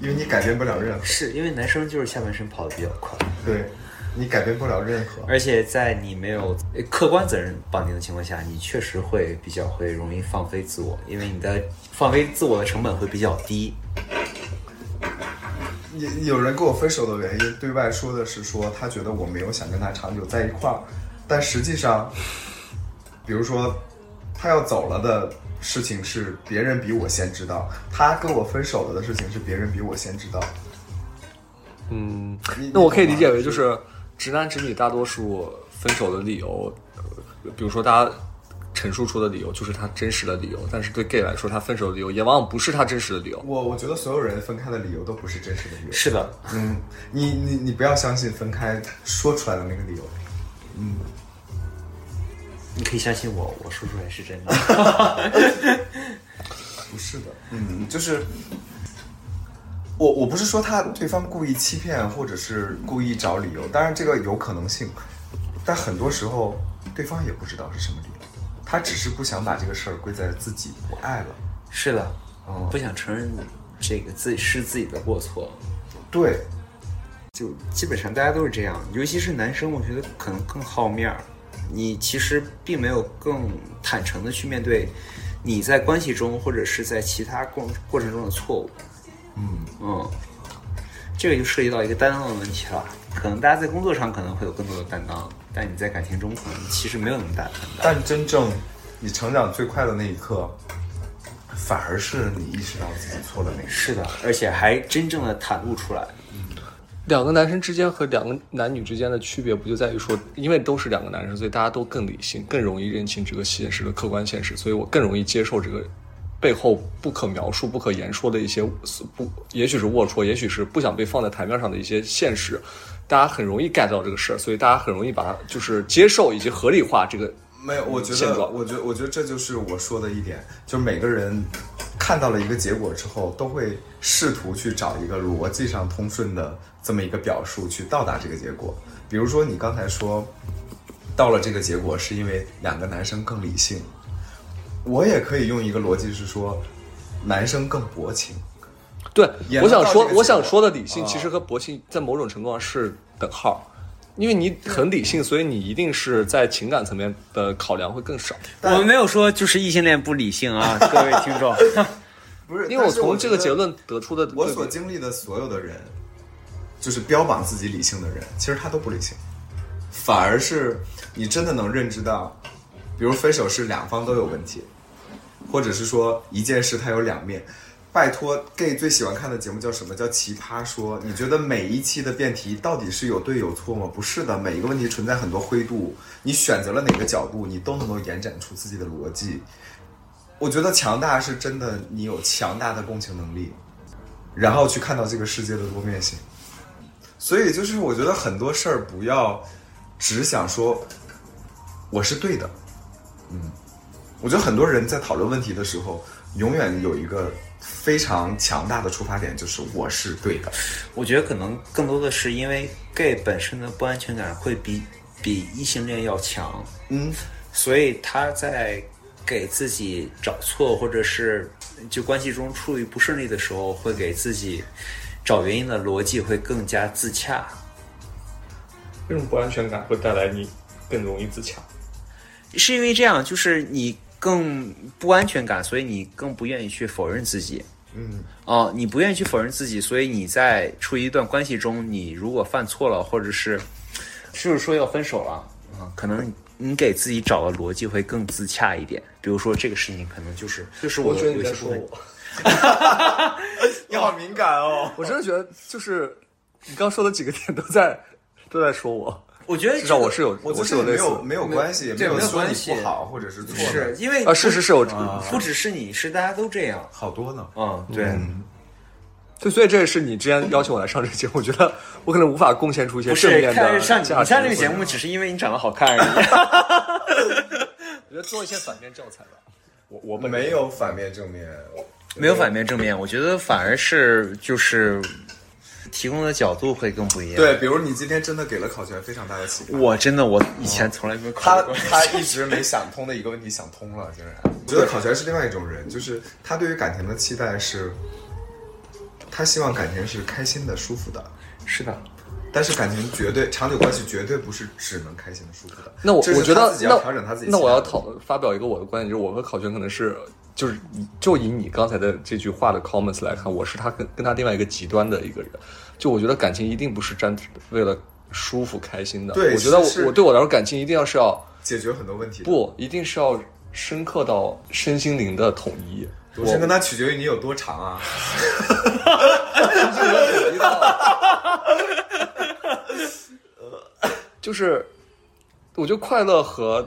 Speaker 1: 因为你改变不了任何。
Speaker 2: 是因为男生就是下半身跑得比较快，
Speaker 1: 对，你改变不了任何。
Speaker 2: 而且在你没有呃客观责任绑定的情况下，你确实会比较会容易放飞自我，因为你的放飞自我的成本会比较低。
Speaker 1: 也有人跟我分手的原因，对外说的是说他觉得我没有想跟他长久在一块儿，但实际上，比如说他要走了的事情是别人比我先知道，他跟我分手了的事情是别人比我先知道。
Speaker 3: 嗯，
Speaker 1: 你
Speaker 3: 那我可以
Speaker 1: 你
Speaker 3: 理
Speaker 1: 懂吗
Speaker 3: 解为就是直男直女大多数分手的理由，呃比如说大家陈述出的理由就是他真实的理由，但是对 gay 来说，他分手的理由也往往不是他真实的理由。
Speaker 1: 我我觉得所有人分开的理由都不是真实的理由。
Speaker 2: 是的，
Speaker 1: 嗯，你你你不要相信分开说出来的那个理由。
Speaker 2: 你可以相信我，我说出来是真的。
Speaker 1: 不是的，嗯，就是我我不是说他对方故意欺骗或者是故意找理由，当然这个有可能性，但很多时候对方也不知道是什么理由，他只是不想把这个事儿归在自己不爱了。
Speaker 2: 是的，
Speaker 1: 哦
Speaker 2: 不想承认这个自己是自己的过错，
Speaker 1: 对，
Speaker 2: 就基本上大家都是这样，尤其是男生，我觉得可能更好面儿。你其实并没有更坦诚的去面对你在关系中或者是在其他过过程中的错误。嗯嗯，这个就涉及到一个担当的问题了。可能大家在工作上可能会有更多的担当，但你在感情中可能其实没有那么大的担当。
Speaker 1: 但真正你成长最快的那一刻，反而是你意识到自己错的那一刻。
Speaker 2: 是的，而且还真正的袒露出来。
Speaker 3: 两个男生之间和两个男女之间的区别，不就在于说，因为都是两个男生，所以大家都更理性，更容易认清这个现实的客观现实，所以我更容易接受这个背后不可描述、不可言说的一些不，也许是龌龊，也许是不想被放在台面上的一些现实。大家很容易 get 到这个事儿，所以大家很容易把它就是接受以及合理化这个。
Speaker 1: 没有，我觉
Speaker 3: 现
Speaker 1: 得，
Speaker 3: 状
Speaker 1: 我觉得，我觉得这就是我说的一点，就是每个人看到了一个结果之后，都会试图去找一个逻辑上通顺的这么一个表述去到达这个结果。比如说你刚才说，到了这个结果是因为两个男生更理性，我也可以用一个逻辑是说，男生更薄情。
Speaker 3: 对
Speaker 1: 也，
Speaker 3: 我
Speaker 1: 能
Speaker 3: 想
Speaker 1: 到
Speaker 3: 说
Speaker 1: 这，个
Speaker 3: 我
Speaker 1: 结
Speaker 3: 想
Speaker 1: 果啊
Speaker 3: 说的理性其实和薄情在某种程度上是等号，因为你很理性，所以你一定是在情感层面的考量会更少。
Speaker 2: 我们没有说就是异性恋不理性啊，各位听众。
Speaker 1: 不是，
Speaker 3: 因为我
Speaker 1: 但是
Speaker 3: 从这个
Speaker 1: 觉得
Speaker 3: 结论得出的，
Speaker 1: 我所经历的所有的人，就是标榜自己理性的人，其实他都不理性，反而是你真的能认知到，比如分手是两方都有问题，或者是说一件事它有两面。拜托，gay 最喜欢看的节目叫什么？叫《奇葩说》。你觉得每一期的辩题到底是有对有错吗？不是的，每一个问题存在很多灰度，你选择了哪个角度，你都能够延展出自己的逻辑。我觉得强大是真的，你有强大的共情能力，然后去看到这个世界的多面性。所以就是我觉得很多事儿不要只想说我是对的，嗯，我觉得很多人在讨论问题的时候，永远有一个非常强大的出发点，就是我是对的。
Speaker 2: 我觉得可能更多的是因为 gay 本身的不安全感会比比异性恋要强，
Speaker 1: 嗯，
Speaker 2: 所以他在给自己找错或者是就关系中处于不顺利的时候，会给自己找原因的逻辑会更加自洽。
Speaker 3: 这种不安全感会带来你更容易自强。
Speaker 2: 是因为这样，就是你更不安全感，所以你更不愿意去否认自己。
Speaker 1: 嗯，
Speaker 2: 哦，你不愿意去否认自己，所以你在处于一段关系中，你如果犯错了，或者是就是说要分手了啊、可能你给自己找的逻辑会更自洽一点。比如说这个事情，可能就是就是我
Speaker 3: 我觉得你
Speaker 2: 有
Speaker 3: 在
Speaker 2: 些
Speaker 3: 说
Speaker 2: 部分
Speaker 3: 我，
Speaker 1: 你好敏感哦。
Speaker 3: 我真的觉得就是你刚说的几个点都在都在说我，
Speaker 2: 我觉得
Speaker 3: 至少我
Speaker 2: 这
Speaker 3: 是有，
Speaker 1: 我
Speaker 3: 我
Speaker 1: 就是是
Speaker 3: 有
Speaker 1: 没
Speaker 3: 类似
Speaker 1: 有
Speaker 3: 的
Speaker 1: 没有关系，也没
Speaker 2: 对
Speaker 1: 有
Speaker 2: 没有
Speaker 1: 说你
Speaker 2: 关系
Speaker 1: 不好或者是错
Speaker 2: 个是
Speaker 1: 的，
Speaker 2: 因为
Speaker 3: 啊，是是是有，
Speaker 2: 不只是你是大家都这样。
Speaker 1: 好多呢。
Speaker 2: 嗯，对，
Speaker 3: 对，所以这也是你之前邀请我来上这个节目，我觉得我可能无法贡献出一些
Speaker 2: 不
Speaker 3: 正
Speaker 2: 是
Speaker 3: 面
Speaker 2: 看
Speaker 3: 的
Speaker 2: 上你
Speaker 3: 价
Speaker 2: 上
Speaker 3: 值
Speaker 2: 这个节目，只是因为你长得好看而已。
Speaker 3: 我觉得做一些反面教材吧。
Speaker 1: 我我没有反面正面，
Speaker 2: 没有反面正面，我觉得反而是就是提供的角度会更不一样。，
Speaker 1: 对，比如你今天真的给了考全非常大的启发。
Speaker 2: 我真的我以前从来没有考
Speaker 1: 他
Speaker 2: 虑过。
Speaker 1: 他一直没想通的一个问题想通了，竟然。 我觉得考全是另外一种人，就是他对于感情的期待是，他希望感情是开心的、舒服的，
Speaker 2: 是的，
Speaker 1: 但是感情绝对长久关系绝对不是只能开心的、舒服的。
Speaker 3: 那我
Speaker 1: 这是
Speaker 3: 我觉
Speaker 1: 他
Speaker 3: 得
Speaker 1: 自己
Speaker 3: 那
Speaker 1: 要调整他自己。
Speaker 3: 那我要讨发表一个我的观点，就是我和考全可能是就是以就以你刚才的这句话的 comments 来看，我是他跟跟他另外一个极端的一个人。就我觉得感情一定不是单为了舒服开心的。
Speaker 1: 对
Speaker 3: 我觉得
Speaker 1: 是是
Speaker 3: 我我对我来说感情一定要是要
Speaker 1: 解决很多问题的。
Speaker 3: 不一定是要深刻到身心灵的统一。
Speaker 1: 独身跟他取决于你有多长啊。
Speaker 3: 就是我觉得快乐和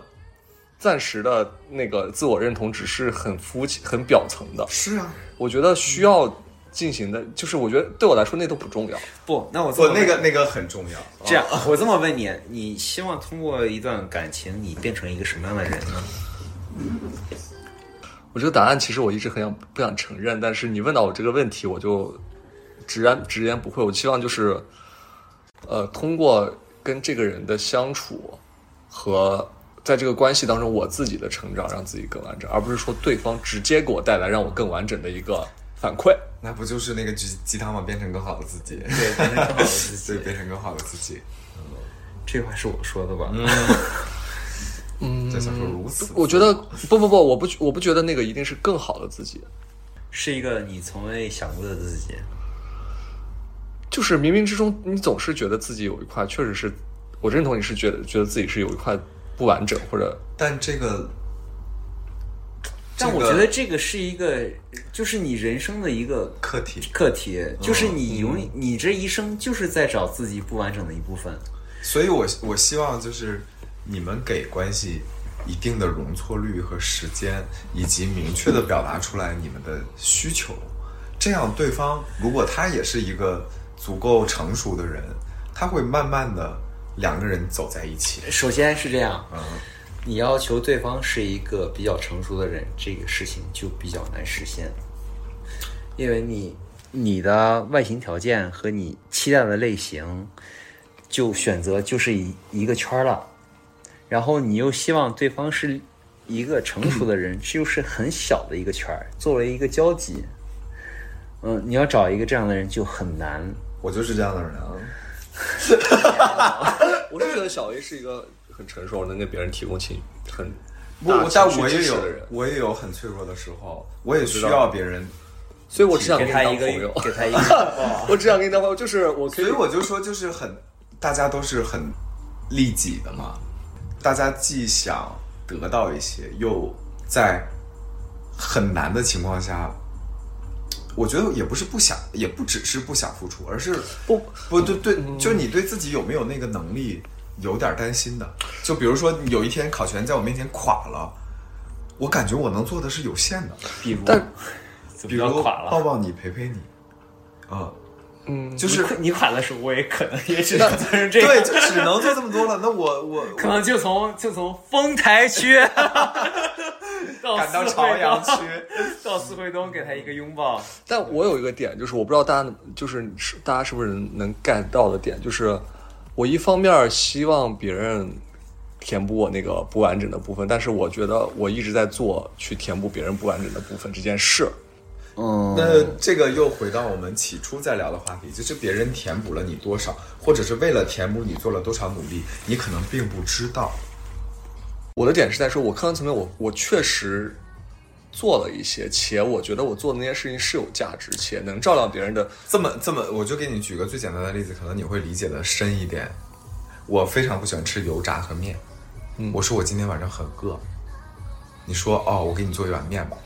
Speaker 3: 暂时的那个自我认同只是很肤浅、很表层的。
Speaker 1: 是啊，
Speaker 3: 我觉得需要进行的，就是我觉得对我来说那都不重要。
Speaker 2: 不，那我这
Speaker 1: 不，
Speaker 2: 么
Speaker 1: 那个那个很重要。
Speaker 2: 这样，我这么问你，你希望通过一段感情，你变成一个什么样的人呢？
Speaker 3: 我这个答案其实我一直很想不想承认，但是你问到我这个问题，我就直言直言不讳。我希望就是，呃，通过跟这个人的相处和在这个关系当中我自己的成长，让自己更完整，而不是说对方直接给我带来让我更完整的一个反馈。
Speaker 1: 那不就是那个鸡鸡汤吗？变成更好的自己，
Speaker 3: 嗯
Speaker 2: 对，变成更好的自己
Speaker 1: 对， 变成更好的自己。
Speaker 2: 这话是我说的吧？
Speaker 1: 这小说如此，
Speaker 3: 我觉得不不不，我不我不觉得那个一定是更好的自己，
Speaker 2: 是一个你从未想过的自己。
Speaker 3: 就是冥冥之中你总是觉得自己有一块，确实是我认同你是觉得觉得自己是有一块不完整或者
Speaker 1: 但这个
Speaker 2: 但
Speaker 1: 这
Speaker 2: 我
Speaker 1: 个
Speaker 2: 觉得这个是一个，就是你人生的一个
Speaker 1: 课题，
Speaker 2: 课题，就是你永远，你这一生就是在找自己不完整的一部分。
Speaker 1: 所以我我希望就是你们给关系一定的容错率和时间，以及明确的表达出来你们的需求，这样对方如果他也是一个足够成熟的人，他会慢慢的两个人走在一起。
Speaker 2: 首先是这样，你要求对方是一个比较成熟的人，这个事情就比较难实现，因为你你的外形条件和你期待的类型，就选择就是一一个圈儿了，然后你又希望对方是一个成熟的人，这就是很小的一个圈儿，作为一个交集，嗯，你要找一个这样的人就很难。
Speaker 1: 我就是这样的人啊，
Speaker 3: 我是觉得小 A 是一个很成熟，能给别人提供情很
Speaker 1: 我
Speaker 3: 大
Speaker 1: 我但
Speaker 3: 情绪
Speaker 1: 我也
Speaker 3: 支持
Speaker 1: 有
Speaker 3: 的人，
Speaker 1: 我也有很脆弱的时候，我也需要别人
Speaker 3: 所以我只想
Speaker 2: 给
Speaker 3: 跟你
Speaker 2: 他
Speaker 3: 当
Speaker 2: 一个
Speaker 3: 朋友，，
Speaker 2: 给他一个，
Speaker 3: 我只想跟你当朋友，就是我可
Speaker 1: 所以我就说，就是很，大家都是很利己的嘛，大家既想得到一些，又在很难的情况下，我觉得也不是不想，也不只是不想付出，而是
Speaker 3: 不
Speaker 1: 不对对，就是你对自己有没有那个能力，有点担心的。就比如说有一天考全在我面前垮了，我感觉我能做的是有限的，
Speaker 2: 比如，
Speaker 3: 但
Speaker 2: 怎
Speaker 1: 比
Speaker 2: 么
Speaker 1: 如
Speaker 2: 着垮了
Speaker 1: 抱。抱你，陪陪你，啊、
Speaker 3: 嗯，
Speaker 1: 就
Speaker 2: 就是是你垮的时候，我也可能也只能做成这
Speaker 1: 对，
Speaker 2: 样，
Speaker 1: 就只能做这么多了。那我我
Speaker 2: 可能就从就从丰 台区到
Speaker 1: 赶到
Speaker 2: 四
Speaker 1: 朝
Speaker 2: 惠
Speaker 1: 阳
Speaker 2: 东
Speaker 1: 区，
Speaker 2: 到四惠东给他一个拥抱。
Speaker 3: 但我有一个点，就是我不知道大家就是是大家是不是能 get 到的点，就是我一方面希望别人填补我那个不完整的部分，但是我觉得我一直在做去填补别人不完整的部分这件事。
Speaker 2: 嗯，
Speaker 1: 那这个又回到我们起初在聊的话题，就是别人填补了你多少，或者是为了填补你做了多少努力，你可能并不知道。
Speaker 3: 我的点是在说，我客观层面我我确实做了一些，且我觉得我做的那些事情是有价值，且能照亮别人的。
Speaker 1: 这么这么，我就给你举个最简单的例子，可能你会理解的深一点。我非常不喜欢吃油炸和面，
Speaker 3: 嗯
Speaker 1: 我说我今天晚上很饿，你说哦，我给你做一碗面吧，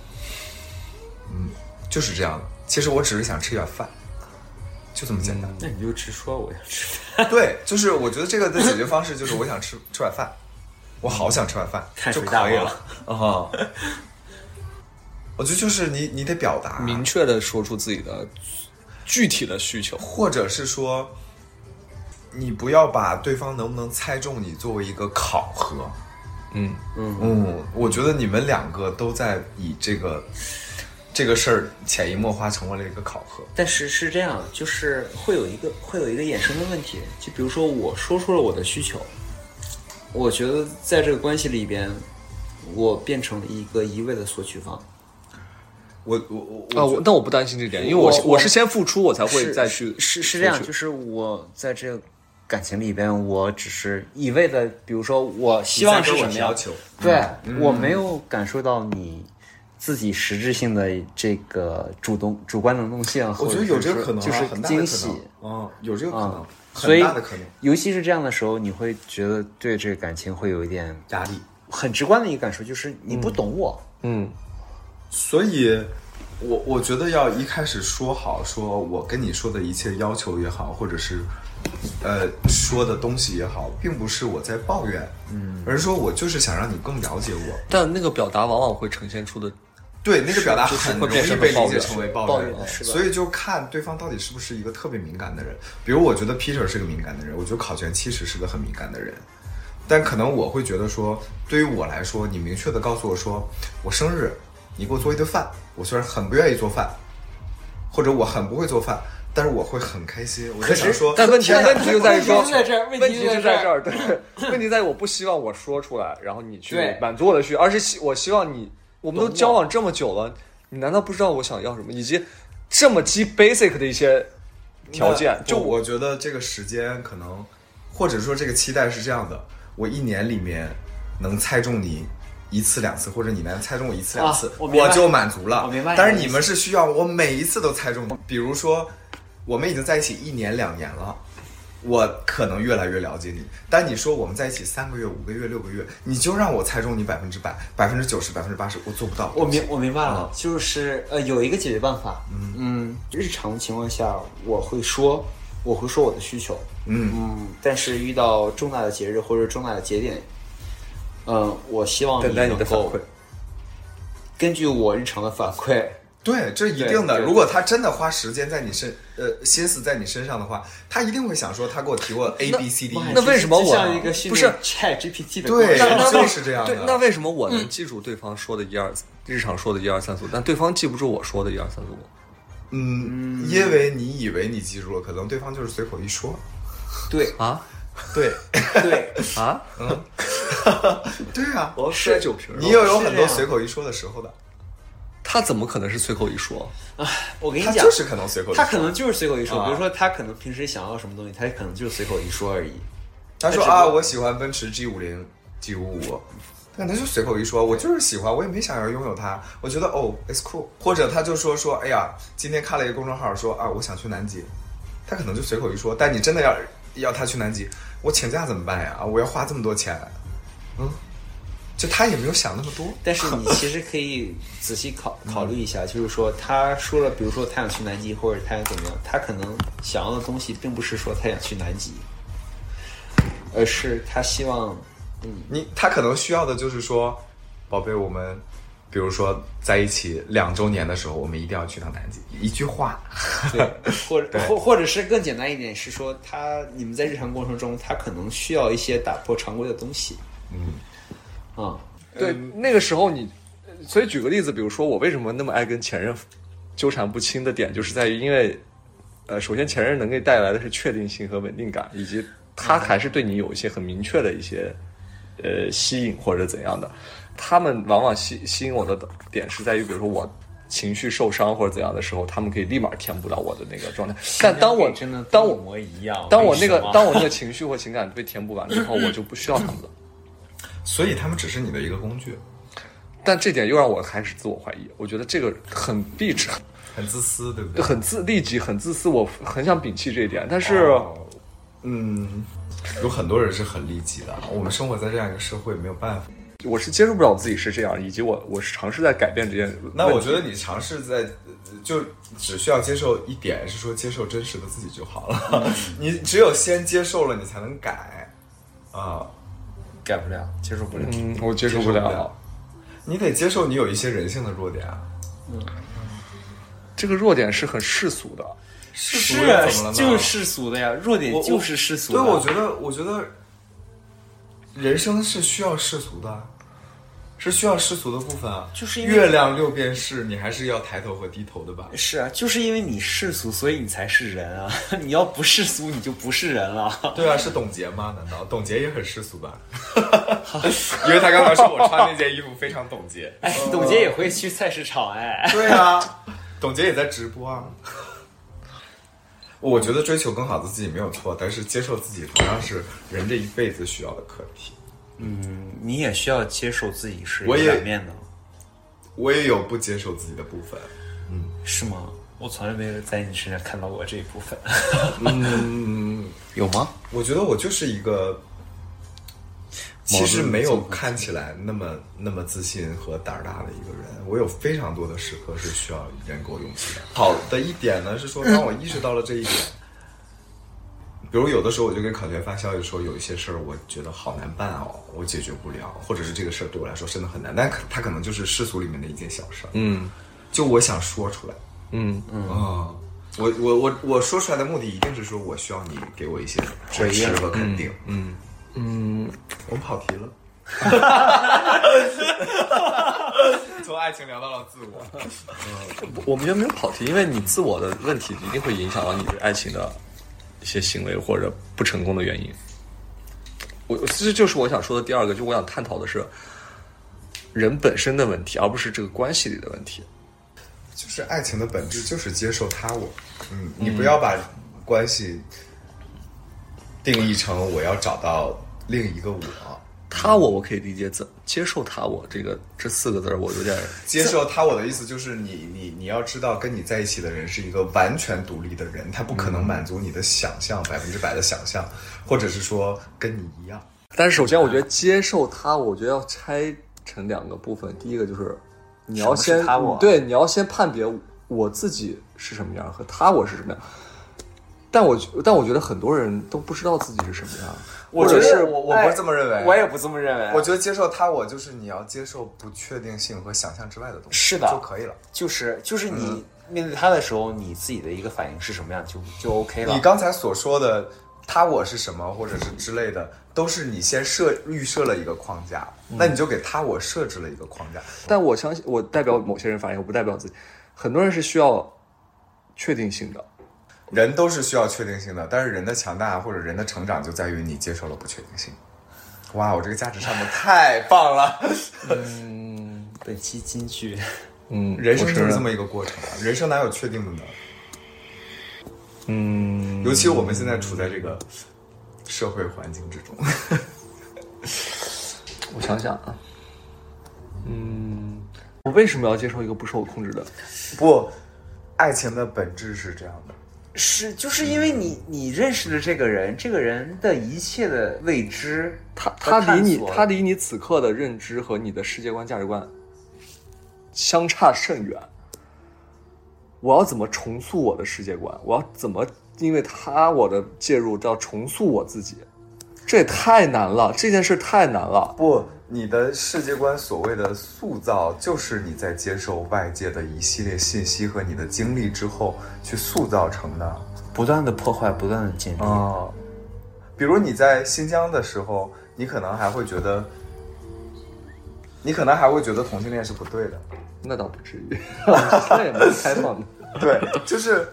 Speaker 1: 嗯，就是这样的。其实我只是想吃一碗饭，就这么简单。
Speaker 2: 那你就直说我要吃。
Speaker 1: 对，就是我觉得这个的解决方式就是我想吃吃碗饭，我好想吃碗饭
Speaker 2: 碳
Speaker 1: 就
Speaker 2: 水大
Speaker 1: 可以
Speaker 2: 王
Speaker 1: 了啊。我觉得就是你你得表达，
Speaker 3: 明确的说出自己的具体的需求。
Speaker 1: 或者是说，你不要把对方能不能猜中你作为一个考核。
Speaker 3: 嗯，
Speaker 1: 嗯，我觉得你们两个都在以这个这个事儿潜移默化成为了一个考核。
Speaker 2: 但是是这样，就是会有一个会有一个衍生的问题，就比如说我说出了我的需求，我觉得在这个关系里边，我变成了一个一味的索取方。
Speaker 1: 我我我
Speaker 3: 啊，
Speaker 1: 我
Speaker 3: 我
Speaker 1: 觉得
Speaker 3: 那我不担心这点，因为
Speaker 2: 我
Speaker 3: 我是
Speaker 2: 我
Speaker 3: 我是先付出，我才会
Speaker 2: 是
Speaker 3: 再去
Speaker 2: 是是这样，就是是我在这感情里边，我只是一味的，比如说我希望是什么
Speaker 1: 你在跟我
Speaker 2: 样
Speaker 1: 要求嗯
Speaker 2: 对、我没有感受到你自己实质性的这个主动、主观能动性，
Speaker 1: 我觉得有这个可能、啊，
Speaker 2: 或者是就
Speaker 1: 很
Speaker 2: 是
Speaker 1: 大的可
Speaker 2: 惊
Speaker 1: 能
Speaker 2: 喜。
Speaker 1: 嗯，有这个可能，
Speaker 2: 啊所
Speaker 1: 很
Speaker 2: 以
Speaker 1: 大的可能。
Speaker 2: 尤其是这样的时候，你会觉得对这个感情会有一点
Speaker 1: 压力。
Speaker 2: 很直观的一个感受，就是你不懂我。
Speaker 3: 嗯，
Speaker 1: 所以，我我觉得要一开始说好，说我跟你说的一切要求也好，或者是，呃，说的东西也好，并不是我在抱怨，嗯，而是说我就是想让你更了解我。
Speaker 3: 但那个表达往往会呈现出的，
Speaker 1: 对，那个表达
Speaker 3: 就是
Speaker 1: 很
Speaker 3: 会
Speaker 1: 容
Speaker 3: 变
Speaker 1: 易
Speaker 3: 成
Speaker 1: 被
Speaker 3: 抱
Speaker 1: 理解
Speaker 3: 怨
Speaker 1: 成为
Speaker 2: 抱
Speaker 1: 怨
Speaker 2: 怨，是的
Speaker 1: 所以就看对方到底是不是一个特别敏感的人。比如，我觉得 Peter 是个敏感的人，我觉得考卷其实是个很敏感的人，但可能我会觉得说，对于我来说，你明确的告诉我说，我生日，你给我做一顿饭，我虽然很不愿意做饭，或者我很不会做饭，但是我会很开心。我就想说，
Speaker 3: 但 问题问题就在于说，
Speaker 2: 问题就在这儿
Speaker 3: 问题
Speaker 2: 问
Speaker 3: 就
Speaker 2: 题就
Speaker 3: 在
Speaker 2: 在
Speaker 3: 这
Speaker 2: 这
Speaker 3: 儿，对，问题在于我不希望我说出来，然后你去
Speaker 2: 对
Speaker 3: 满足我的需求，而是希我希望你，我们都交往这么久了，你难道不知道我想要什么，以及这么基 basic 的一些条件
Speaker 1: 那？
Speaker 3: 就
Speaker 1: 我觉得这个时间可能，或者说这个期待是这样的：我一年里面能猜中你一次两次，或者你能猜中我一次两次，
Speaker 2: 啊我
Speaker 1: 我
Speaker 2: 明白
Speaker 1: 就满足了。
Speaker 2: 我明白
Speaker 1: 但是
Speaker 2: 你的意
Speaker 1: 你
Speaker 2: 思
Speaker 1: 们是需要我每一次都猜中你，比如说我们已经在一起一年两年了。我可能越来越了解你，但你说我们在一起三个月、五个月、六个月，你就让我猜中你百分之百、百分之九十、百分之八十，我做不到。
Speaker 2: 我明我明白了，就是呃，有一个解决办法。嗯，日常情况下我会说，我会说我的需求。
Speaker 1: 嗯，
Speaker 2: 嗯，但是遇到重大的节日或者重大的节点，嗯，我希望
Speaker 3: 等待你的
Speaker 2: 能
Speaker 3: 反
Speaker 2: 够
Speaker 3: 馈。
Speaker 2: 根据我日常的反馈，
Speaker 1: 对，这一定的。
Speaker 2: 对
Speaker 1: 如果他真的花时间在你身，呃，心思在你身上的话，他一定会想说，他给我提过 A B C D E。
Speaker 3: 那为什么我
Speaker 2: 就像一个训
Speaker 3: 不是
Speaker 2: 练 Chat GPT 的
Speaker 1: 对
Speaker 2: 过程
Speaker 3: 那
Speaker 1: 就
Speaker 3: 为
Speaker 1: 是这样的
Speaker 3: 对，那为什么我能记住对方说的一二、日常说的一二三四五，但对方记不住我说的一二三四五？
Speaker 1: 嗯，因为你以为你记住了，可能对方就是随口一说。
Speaker 2: 对
Speaker 3: 啊
Speaker 1: 对，
Speaker 2: 对，
Speaker 3: 啊！
Speaker 1: 对啊，
Speaker 3: 我摔酒瓶
Speaker 1: 你也有很多随口一说的时候的，
Speaker 3: 他怎么可能是随口一说？
Speaker 2: 我跟你
Speaker 1: 他
Speaker 2: 讲，
Speaker 1: 就是可能随口一
Speaker 2: 他
Speaker 1: 说。
Speaker 2: 可能就是随口一说，
Speaker 1: 啊
Speaker 2: 比如说他可能平时想要什么东西，他可能就是随口一说而已。
Speaker 1: 他说
Speaker 2: 他只不过
Speaker 1: 啊，我喜欢奔驰 G 五零、G 五五，但他就随口一说，我就是喜欢，我也没想要拥有它，我觉得哦，it's cool。或者他就说说，哎呀，今天看了一个公众号说啊，我想去南极，他可能就随口一说，但你真的要要他去南极，我请假怎么办呀？啊我要花这么多钱，嗯，就他也没有想那么多。
Speaker 2: 但是你其实可以仔细考考虑一 下，就是说他说了，比如说他想去南极，或者他想怎么样，他可能想要的东西并不是说他想去南极，而是他希望，嗯，
Speaker 1: 你他可能需要的就是说，宝贝，我们比如说在一起两周年的时候，我们一定要去趟南极，一句话。
Speaker 2: 对，或者或或者是更简单一点是说他你们在日常过程中，他可能需要一些打破常规的东西，嗯，啊、
Speaker 3: 对，那个时候你，所以举个例子，比如说我为什么那么爱跟前任纠缠不清的点，就是在于因为，呃，首先前任能给你带来的是确定性和稳定感，以及他还是对你有一些很明确的一些呃吸引或者怎样的。他们往往吸吸引我的点是在于，比如说我情绪受伤或者怎样的时候，他们可以立马填补到我的那个状态。但当我
Speaker 2: 真的
Speaker 3: 当我
Speaker 2: 一模一样，
Speaker 3: 当我那
Speaker 2: 为
Speaker 3: 个
Speaker 2: 什么
Speaker 3: 当我那个情绪或情感被填补完之后，我就不需要他们了。
Speaker 1: 所以他们只是你的一个工具，
Speaker 3: 但这点又让我开始自我怀疑。我觉得这个很避斥，
Speaker 1: 很自私，对不对？
Speaker 3: 很自利己，很自私。我很想摒弃这一点，但是、啊
Speaker 1: 哦嗯，有很多人是很利己的。啊我们生活在这样一个社会，没有办法。
Speaker 3: 我是接受不了自己是这样，以及我我是尝试在改变这件。
Speaker 1: 那我觉得你尝试在，呃就只需要接受一点，是说接受真实的自己就好了。 你只有先接受了，你才能改。啊，
Speaker 2: 改不了，接受不了，
Speaker 3: 嗯，我接受
Speaker 1: 不
Speaker 3: 不了
Speaker 1: 了你得接受你有一些人性的弱点啊。
Speaker 3: 这个弱点是很世俗的。
Speaker 1: 是
Speaker 2: 啊
Speaker 1: 怎么了呢？
Speaker 2: 就是世俗的呀，弱点
Speaker 1: 我我
Speaker 2: 就是世俗
Speaker 1: 对，啊
Speaker 2: 的。
Speaker 1: 我觉得，我觉得人生是需要世俗的，啊是需要世俗的部分啊。
Speaker 2: 就是因为
Speaker 1: 月亮六便士，你还是要抬头和低头的吧？
Speaker 2: 是啊，就是因为你世俗，所以你才是人啊！ 你要不世俗，你就不是人了。
Speaker 1: 对啊，是董洁吗？难道董洁也很世俗吧？ 因为他刚才说我穿那件衣服非常董洁。
Speaker 2: 哎，董洁也会 去菜市场哎。
Speaker 1: 对啊，董洁也在直播啊。我觉得追求更好的自己没有错，但是接受自己同样是人这一辈子需要的课题。
Speaker 7: 你也需要接受自己是
Speaker 1: 我也
Speaker 7: 两面的，
Speaker 1: 我也有不接受自己的部分，
Speaker 7: 是吗？我从来没有在你身上看到过这一部分。
Speaker 2: 有 吗？
Speaker 1: 我觉得我就是一个，其实没有看起来那么那么自信和胆儿大的一个人。我有非常多的时刻是需要人给我勇气的。好的一点呢是说，当我意识到了这一点，比如有的时候我就给考全发消息说，有一些事儿我觉得好难办哦，我解决不了，或者是这个事儿对我来说真的很难，但可它可能就是世俗里面的一件小事儿。
Speaker 3: 嗯
Speaker 1: 就我想说出来，
Speaker 3: 嗯，
Speaker 1: 啊，我我我我说出来的目的一定是说我需要你给我一些支持和肯定。嗯嗯，我们跑题了。从爱情聊到了自我，
Speaker 3: 我们觉得没有跑题，因为你自我的问题一定会影响到你对爱情的一些行为或者不成功的原因。我我其实就是我想说的第二个，就我想探讨的是人本身的问题，而不是这个关系里的问题。
Speaker 1: 就是爱情的本质就是接受他我。嗯，你不要把关系定义成我要找到另一个我，
Speaker 3: 他我我可以理解怎接受他我这个这四个字儿，我有点
Speaker 1: 接受他我的意思就是你你你要知道跟你在一起的人是一个完全独立的人，他不可
Speaker 2: 嗯
Speaker 1: 能满足你的想象百分之百的想象，或者是说跟你一样。
Speaker 3: 但是首先，我觉得接受他，我觉得要拆成两个部分。第一个就是你要
Speaker 2: 什么
Speaker 3: 先
Speaker 2: 是他我
Speaker 3: 对，你要先判别我自己是什么样和他我是什么样。但我但我觉得很多人都不知道自己是什么样。
Speaker 1: 我
Speaker 2: 觉得
Speaker 1: 是我我不
Speaker 2: 哎
Speaker 1: 是这么认为，
Speaker 2: 我也不这么认为。啊
Speaker 1: 我觉得接受他我就是你要接受不确定性和想象之外的东西，
Speaker 2: 是的
Speaker 1: 就可以了。
Speaker 2: 就是就是你面对他的时候，你自己的一个反应是什么样，就就 OK 了。
Speaker 1: 你刚才所说的他我是什么，或者是之类的，都是你先设预设了一个框架，
Speaker 3: 嗯
Speaker 1: 那你就给他我设置了一个框架。
Speaker 3: 但我相信，我代表某些人发言，我不代表自己。很多人是需要确定性的。
Speaker 1: 人都是需要确定性的，但是人的强大或者人的成长就在于你接受了不确定性。哇，我这个价值上面太棒了！
Speaker 2: 本期 金句，
Speaker 3: 嗯，
Speaker 1: 人生
Speaker 3: 我
Speaker 1: 就是是这么一个过程啊，人生哪有确定的呢？
Speaker 3: 嗯，
Speaker 1: 尤其我们现在处在这个社会环境之中，
Speaker 3: 我想想啊，嗯，我为什么要接受一个不受我控制的？
Speaker 1: 不，爱情的本质是这样的。
Speaker 2: 是就是因为你你认识了这个人，这个人的一切的未知，
Speaker 3: 他
Speaker 2: 和
Speaker 3: 他离
Speaker 2: 探
Speaker 3: 你
Speaker 2: 索
Speaker 3: 他离你此刻的认知和你的世界观价值观相差甚远。我要怎么重塑我的世界观？我要怎么因为他我的介入要重塑我自己？这也太难了，这件事太难了。
Speaker 1: 不，你的世界观所谓的塑造，就是你在接受外界的一系列信息和你的经历之后去塑造成的。
Speaker 7: 不断的破坏，不断的建立。
Speaker 2: 啊
Speaker 1: 哦，比如你在新疆的时候，你可能还会觉得，你可能还会觉得同性恋是不对的。
Speaker 3: 那倒不至于，那也蛮开放的。
Speaker 1: 对，就是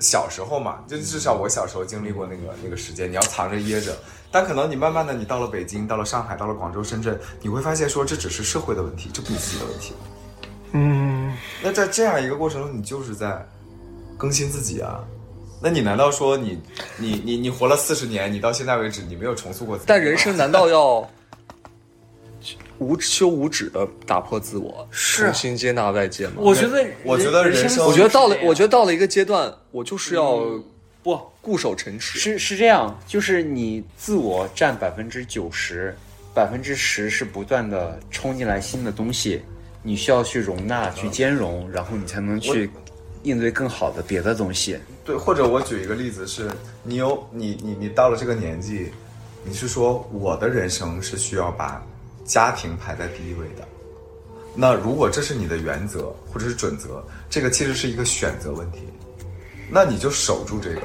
Speaker 1: 小时候嘛，就至少我小时候经历过那个那个时间，你要藏着掖着。但可能你慢慢的，你到了北京，到了上海，到了广州、深圳，你会发现说，这只是社会的问题，这不是你自己的问题。
Speaker 3: 嗯，
Speaker 1: 那在这样一个过程中，你就是在更新自己啊。那你难道说你你你你活了四十年，你到现在为止你没有重塑过自己吗？
Speaker 3: 但人生难道要无休无止的打破自我，重新接纳外界吗？
Speaker 2: 啊我觉得
Speaker 1: 我觉得人生
Speaker 3: 我觉得到了
Speaker 2: 是，这样嗯
Speaker 3: 我觉得到了一个阶段，我就是要不固守城池。
Speaker 2: 是是这样，就是你自我占百分之九十，百分之十是不断的冲进来新的东西，你需要去容纳、去兼容，然后你才能去应对更好的别的东西。
Speaker 1: 对，或者我举一个例子是，你有你你你到了这个年纪，你是说我的人生是需要把家庭排在第一位的。那如果这是你的原则或者是准则，这个其实是一个选择问题，那你就守住这个。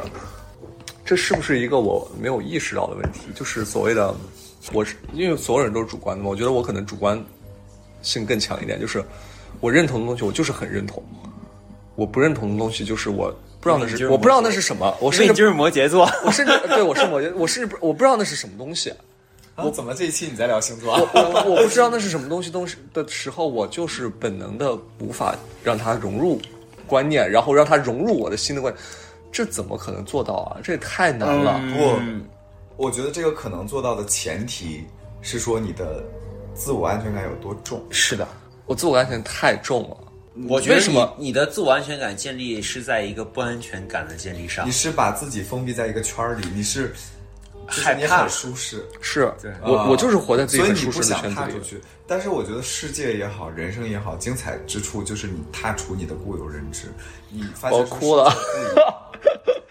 Speaker 3: 这是不是一个我没有意识到的问题？就是所谓的，我是因为所有人都是主观的嘛，我觉得我可能主观性更强一点，就是我认同的东西，我就是很认同；我不认同的东西，就是我不知道那
Speaker 2: 你
Speaker 3: 是
Speaker 2: 就是
Speaker 3: 我不知道那是什么，我甚至
Speaker 2: 是摩羯座，
Speaker 3: 我甚至对我是摩羯，我甚至不我不知道那是什么东西。
Speaker 1: 我啊怎么这一期你在聊星座、啊？
Speaker 3: 我我不知道那是什么东西东西的时候，我就是本能的无法让它融入观念，然后让它融入我的新的观念。这怎么可能做到啊？这也太难了。
Speaker 1: 不，我觉得这个可能做到的前提是说你的自我安全感有多重。
Speaker 3: 是的，我自我安全太重了。
Speaker 2: 我觉得
Speaker 3: 为什么
Speaker 2: 你你的自我安全感建立是在一个不安全感的建立上
Speaker 1: 你，是把自己封闭在一个圈儿里，你是就是
Speaker 2: 害
Speaker 1: 你
Speaker 2: 怕
Speaker 1: 很舒适，
Speaker 3: 是
Speaker 2: 对
Speaker 3: 我、
Speaker 1: 啊
Speaker 3: 我就是活在自己
Speaker 1: 所以
Speaker 3: 很
Speaker 1: 你
Speaker 3: 舒
Speaker 1: 不
Speaker 3: 适的
Speaker 1: 想
Speaker 3: 圈子
Speaker 1: 踏
Speaker 3: 里
Speaker 1: 出。去。但是我觉得世界也好，人生也好，精彩之处就是你踏出你的固有认知，你发现
Speaker 3: 我
Speaker 1: 出
Speaker 3: 哭了
Speaker 1: 世界不一样。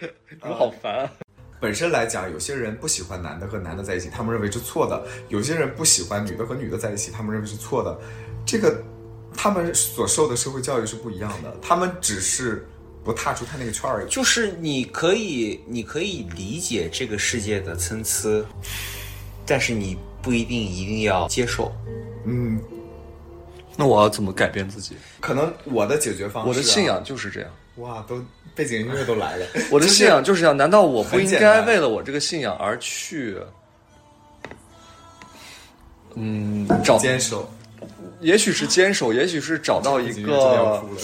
Speaker 3: 你好烦、啊。
Speaker 1: 本身来讲，有些人不喜欢男的和男的在一起，他们认为是错的；有些人不喜欢女的和女的在一起，他们认为是错的。这个他们所受的社会教育是不一样的，他们只是不踏出他那个圈儿而已。
Speaker 2: 就是你可以你可以理解这个世界的参差，但是你不一定一定要接受。
Speaker 1: 嗯，
Speaker 3: 那我要怎么改变自己？
Speaker 1: 可能我的解决方式、啊
Speaker 3: 我的信，仰就是这样，
Speaker 1: 哇，都背景音乐 都来了。
Speaker 3: 我的信仰就是这样。难道我不
Speaker 1: 很
Speaker 3: 应
Speaker 1: 简
Speaker 3: 该
Speaker 1: 单
Speaker 3: 为了我这个信仰而去，嗯，找
Speaker 1: 坚守，
Speaker 3: 也许是坚守，也许是找到一
Speaker 1: 背景音乐真的要
Speaker 3: 个
Speaker 1: 哭，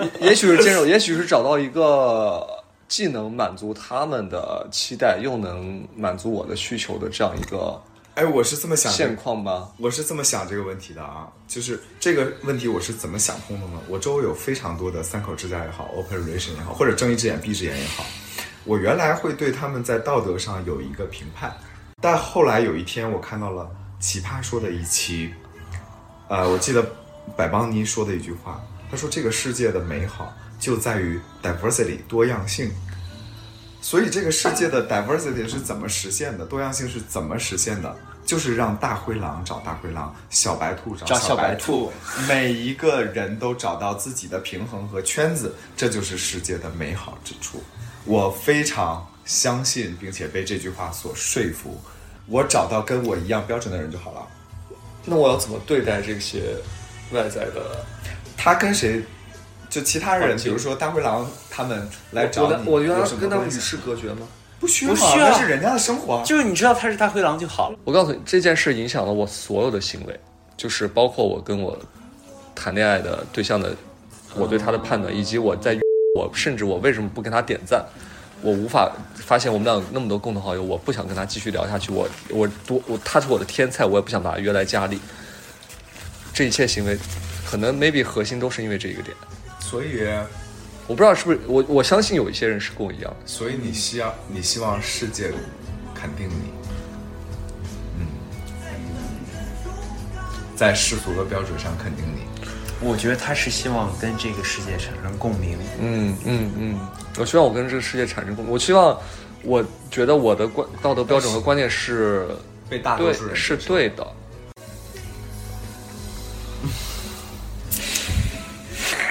Speaker 1: 了。
Speaker 3: 也许是坚守，也许是找到一个既能满足他们的期待，又能满足我的需求的这样一个
Speaker 1: 哎，我是这么想的，
Speaker 3: 现况吧。
Speaker 1: 我是这么想这个问题的啊，就是这个问题我是怎么想通的呢？我周围有非常多的三口之家也好，open relation 也好，或者睁一只眼闭一只眼也好，我原来会对他们在道德上有一个评判，但后来有一天我看到了《奇葩说》的一期，呃，我记得百邦尼说的一句话，他说这个世界的美好就在于 diversity 多样性。所以这个世界的 diversity 是怎么实现的？多样性是怎么实现的？就是让大灰狼找大灰狼，小白兔找
Speaker 2: 找
Speaker 1: 小
Speaker 2: 小白
Speaker 1: 兔，每一个人都找到自己的平衡和圈子，这就是世界的美好之处。我非常相信，并且被这句话所说服。我找到跟我一样标准的人就好了。
Speaker 3: 那我要怎么对待这些外在的？
Speaker 1: 他跟谁，就其他人，
Speaker 3: 环
Speaker 1: 比
Speaker 3: 境
Speaker 1: 如说大灰狼他们来找
Speaker 3: 我的
Speaker 1: 你，
Speaker 3: 我原
Speaker 1: 有
Speaker 3: 来
Speaker 1: 什么
Speaker 3: 跟他们
Speaker 1: 关系
Speaker 3: 与世隔绝吗？
Speaker 1: 不需
Speaker 2: 不
Speaker 1: 要，啊
Speaker 2: 需要
Speaker 1: 那是人家的生活啊。
Speaker 2: 就是你知道他是大灰狼就好了。
Speaker 3: 我告诉你，这件事影响了我所有的行为，就是包括我跟我谈恋爱的对象的，我对他的判断，以及我在我甚至我为什么不跟他点赞，我无法发现我们俩有那么多共同好友，我不想跟他继续聊下去，我我多我他是我的天才，我也不想把他约来家里。这一切行为，可能 maybe 核心都是因为这一个点，
Speaker 1: 所以，
Speaker 3: 我不知道是不是我我相信有一些人是跟我一样的，
Speaker 1: 所以你希望你希望世界肯定你，嗯，在世俗的标准上肯定你。
Speaker 2: 我觉得他是希望跟这个世界产生共鸣。
Speaker 3: 嗯嗯嗯，我希望我跟这个世界产生共鸣。我希望，我觉得我的观道德标准和观念是
Speaker 1: 被大多
Speaker 3: 对
Speaker 1: 数人
Speaker 3: 是对的。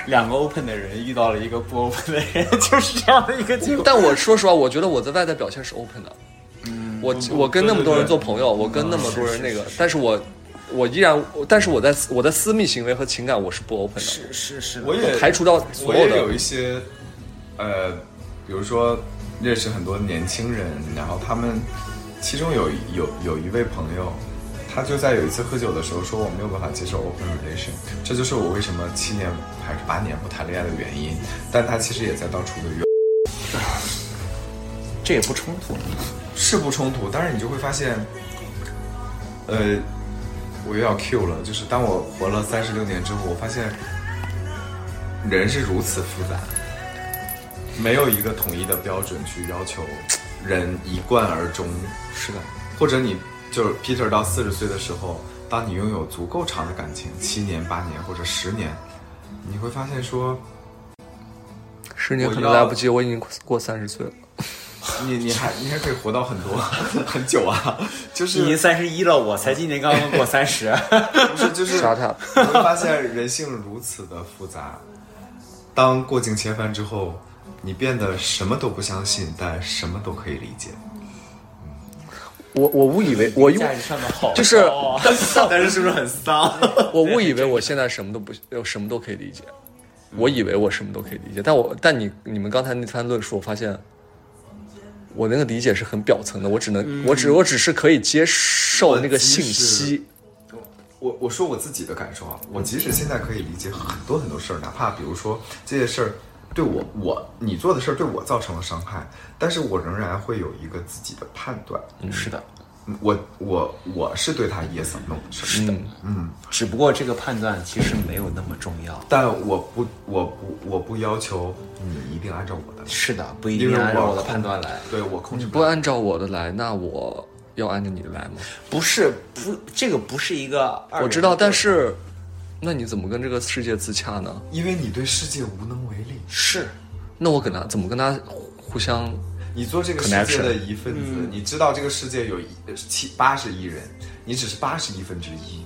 Speaker 2: 两个 open 的人遇到了一个不 open 的人， 就是这样的一个结果。
Speaker 3: 但我说实话，我觉得我在外在表现是 open 的。我我跟那么多人做朋友，我跟那么多人那个，但是我我依然，但是我在我的私密行为和情感我是不 open 的，
Speaker 2: 是是是，
Speaker 1: 我也
Speaker 3: 排除到
Speaker 1: 我
Speaker 3: 所有
Speaker 1: 也有
Speaker 3: 的。
Speaker 1: 一些，呃，比如说认识很多年轻人，然后他们其中有有有一位朋友，他就在有一次喝酒的时候说我没有办法接受 open relation，这就是我为什么七年还是八年不谈恋爱的原因。但他其实也在到处的约，
Speaker 2: 这也不冲突。
Speaker 1: 是不冲突，但是你就会发现，呃，我又要 Q 了，就是当我活了三十六年之后，我发现人是如此复杂，没有一个统一的标准去要求人一贯而终。是的，或者你就是 Peter 到四十岁的时候，当你拥有足够长的感情，七年、八年或者十年，你会发现说，
Speaker 3: 十年
Speaker 1: 我
Speaker 3: 可能
Speaker 1: 要
Speaker 3: 来不及，我已经过三十岁了。
Speaker 1: 你你还你还可以活到很多 很久啊，就是
Speaker 2: 已经三十一了，我才今年刚刚过三十。
Speaker 1: 不是，就是
Speaker 3: Shut up
Speaker 1: 你会发现人性如此的复杂。当过尽千帆之后，你变得什么都不相信，但什么都可以理解。
Speaker 3: 我我误以为我 用
Speaker 2: 价值上的好，
Speaker 3: 就是
Speaker 2: 但是是不是很丧？
Speaker 3: 我误以为我现在什么都不，呃什么都可以理解，我以为我什么都可以理解，但我但你你们刚才那番论述，我发现我那个理解是很表层的，我只能、我只我只是可以接受那个信息，
Speaker 1: 我我说我自己的感受啊，我即使现在可以理解很多很多事儿，哪怕比如说这些事儿对我我你做的事儿对我造成了伤害，但是我仍然会有一个自己的判断。
Speaker 2: 是的，
Speaker 1: 我我我是对他 yes or no 的事儿
Speaker 2: 是的，嗯，只不过这个判断其实没有那么重要。
Speaker 1: 但我不我不我不要求你一定按照我的来，
Speaker 2: 是的，不一
Speaker 1: 因
Speaker 2: 定
Speaker 1: 为
Speaker 2: 按照
Speaker 1: 我
Speaker 2: 我的
Speaker 1: 控
Speaker 2: 判断来。
Speaker 1: 对我控
Speaker 3: 你
Speaker 1: 制
Speaker 3: 不
Speaker 1: 了。
Speaker 3: 按照我的来，那我要按照你的来吗？
Speaker 2: 不是不，这个不是一个二元
Speaker 3: 我知道，
Speaker 2: 的
Speaker 3: 但是，那你怎么跟这个世界自洽呢？
Speaker 1: 因为你对世界无能为力，
Speaker 2: 是
Speaker 3: 那我跟他怎么跟他互互相？
Speaker 1: 你做这个世界的一份子，你知道这个世界有一呃七八十亿人，你只是八十亿分之一，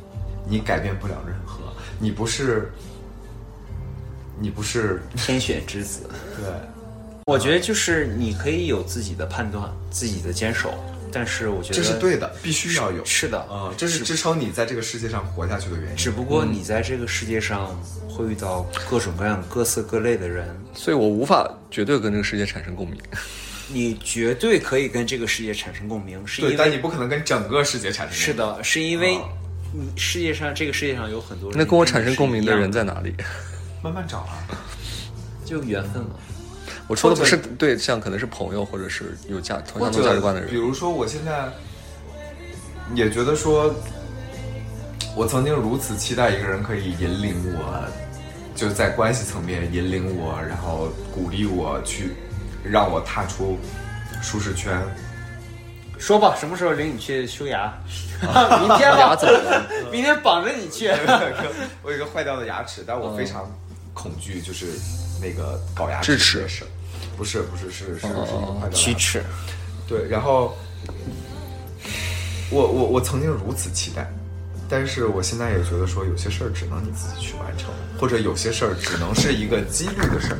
Speaker 1: 你改变不了任何，你不是，你不是，
Speaker 2: 天选之子。
Speaker 1: 对，
Speaker 2: 我觉得就是你可以有自己的判断，自己的坚守，但是我觉得
Speaker 1: 这是对的，必须要有，
Speaker 2: 是的
Speaker 1: 啊、这是支撑你在这个世界上活下去的原因。
Speaker 2: 只不过你在这个世界上会遇到各种各样、各色各类的人，
Speaker 3: 所以我无法绝对跟这个世界产生共鸣。
Speaker 2: 你绝对可以跟这个世界产生共鸣，是
Speaker 1: 对，
Speaker 2: 因
Speaker 1: 但
Speaker 2: 为
Speaker 1: 你不可能跟整个世界产生
Speaker 2: 是的，是因为你世界上这个世界上有很多人，
Speaker 3: 那跟我产生共鸣的人
Speaker 2: 在
Speaker 3: 在哪里？
Speaker 1: 慢慢找啊。
Speaker 2: 就缘分嘛。
Speaker 3: 我说的不是对象，可能是朋友，或者是有价同
Speaker 1: 或
Speaker 3: 样的价值
Speaker 1: 者
Speaker 3: 观的人
Speaker 1: 比。如说，我现在也觉得说，我曾经如此期待一个人可以引领我，就是在关系层面引领我，然后鼓励我去让我踏出舒适圈。
Speaker 2: 说吧，什么时候领你去修牙？ 明天吧，明天绑着你去。
Speaker 1: 我有一个坏掉的牙齿，但我非常恐惧，就是那个搞牙
Speaker 3: 智
Speaker 1: 齿这
Speaker 3: 齿哦
Speaker 1: 个事儿。不是不是是是是一个坏掉的牙齿
Speaker 2: 龋齿，
Speaker 1: 对，然后我我我曾经如此期待，但是我现在也觉得说，有些事儿只能你自己去完成，或者有些事儿只能是一个几率的事儿。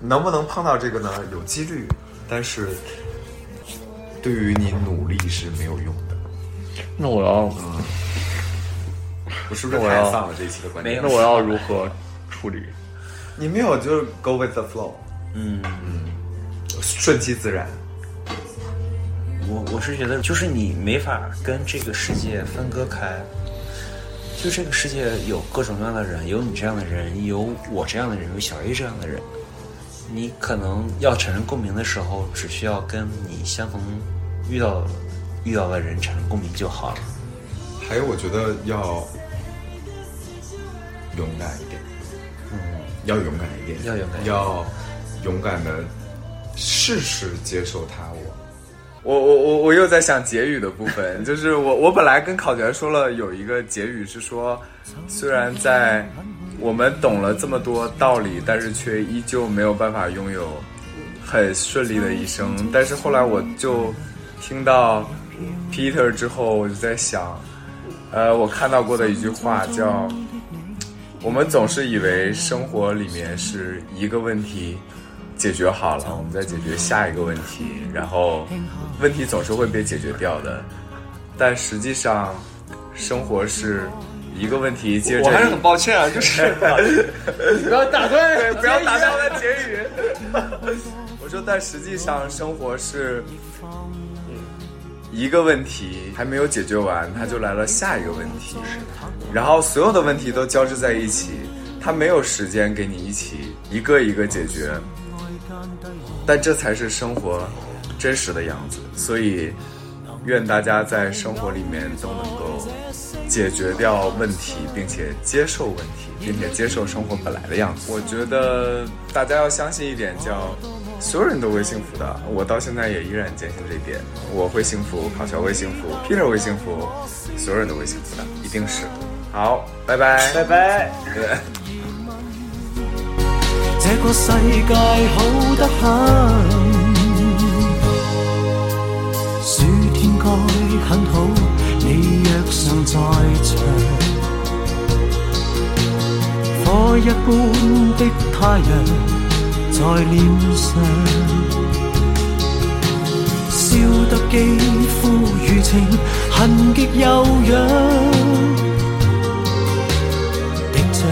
Speaker 1: 能不能碰到这个呢？有几率，但是对于你努力是没有用的。
Speaker 3: 那我要，
Speaker 1: 我是不是
Speaker 3: 我
Speaker 1: 太
Speaker 3: 要
Speaker 1: 丧了这一期的观点？
Speaker 3: 那我要如何处理？
Speaker 1: 你没有就是 go with the flow，嗯，顺其自然。
Speaker 2: 我我是觉得，就是你没法跟这个世界分割开。就这个世界有各种各样的人，有你这样的人，有我这样的人，有小 A 这样的人。你可能要产生共鸣的时候，只需要跟你相逢遇到遇到的人产生共鸣就好了。
Speaker 1: 还有，我觉得要勇敢一点，嗯，要勇敢一点，
Speaker 2: 要勇敢一点
Speaker 1: 要勇敢的试试接受他我。我我我我又在想结语的部分， 就是我我本来跟考全说了有一个结语是说，虽然在我们懂了这么多道理，但是却依旧没有办法拥有很顺利的一生。但是后来我就听到 Peter 之后，我就在想，呃，我看到过的一句话叫“我们总是以为生活里面是一个问题解决好了，我们再解决下一个问题，然后问题总是会被解决掉的。但实际上，生活是一个问题接着一个
Speaker 3: 抱歉啊，就是
Speaker 1: 不要打断我的结语。 我说，但实际上生活是嗯一个问题还没有解决完，它就来了下一个问题，然后所有的问题都交织在一起，它没有时间给你一起一个一个解决，但这才是生活真实的样子。所以，愿大家在生活里面都能够解决掉问题，并且接受问题，并且接受生活本来的样子。我觉得大家要相信一点，叫所有人都会幸福的。我到现在也依然坚信这一点，我会幸福，康乔会幸福，Peter 会幸福，所有人都会幸福的，一定是。好，拜拜，拜拜。
Speaker 8: 这个世界好得很，暑天该很好，你若尚在场。火一般的太阳在脸上，笑得肌肤如情，痕极有痒，滴着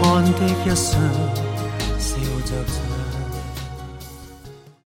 Speaker 8: 汗的一双。笑着唱。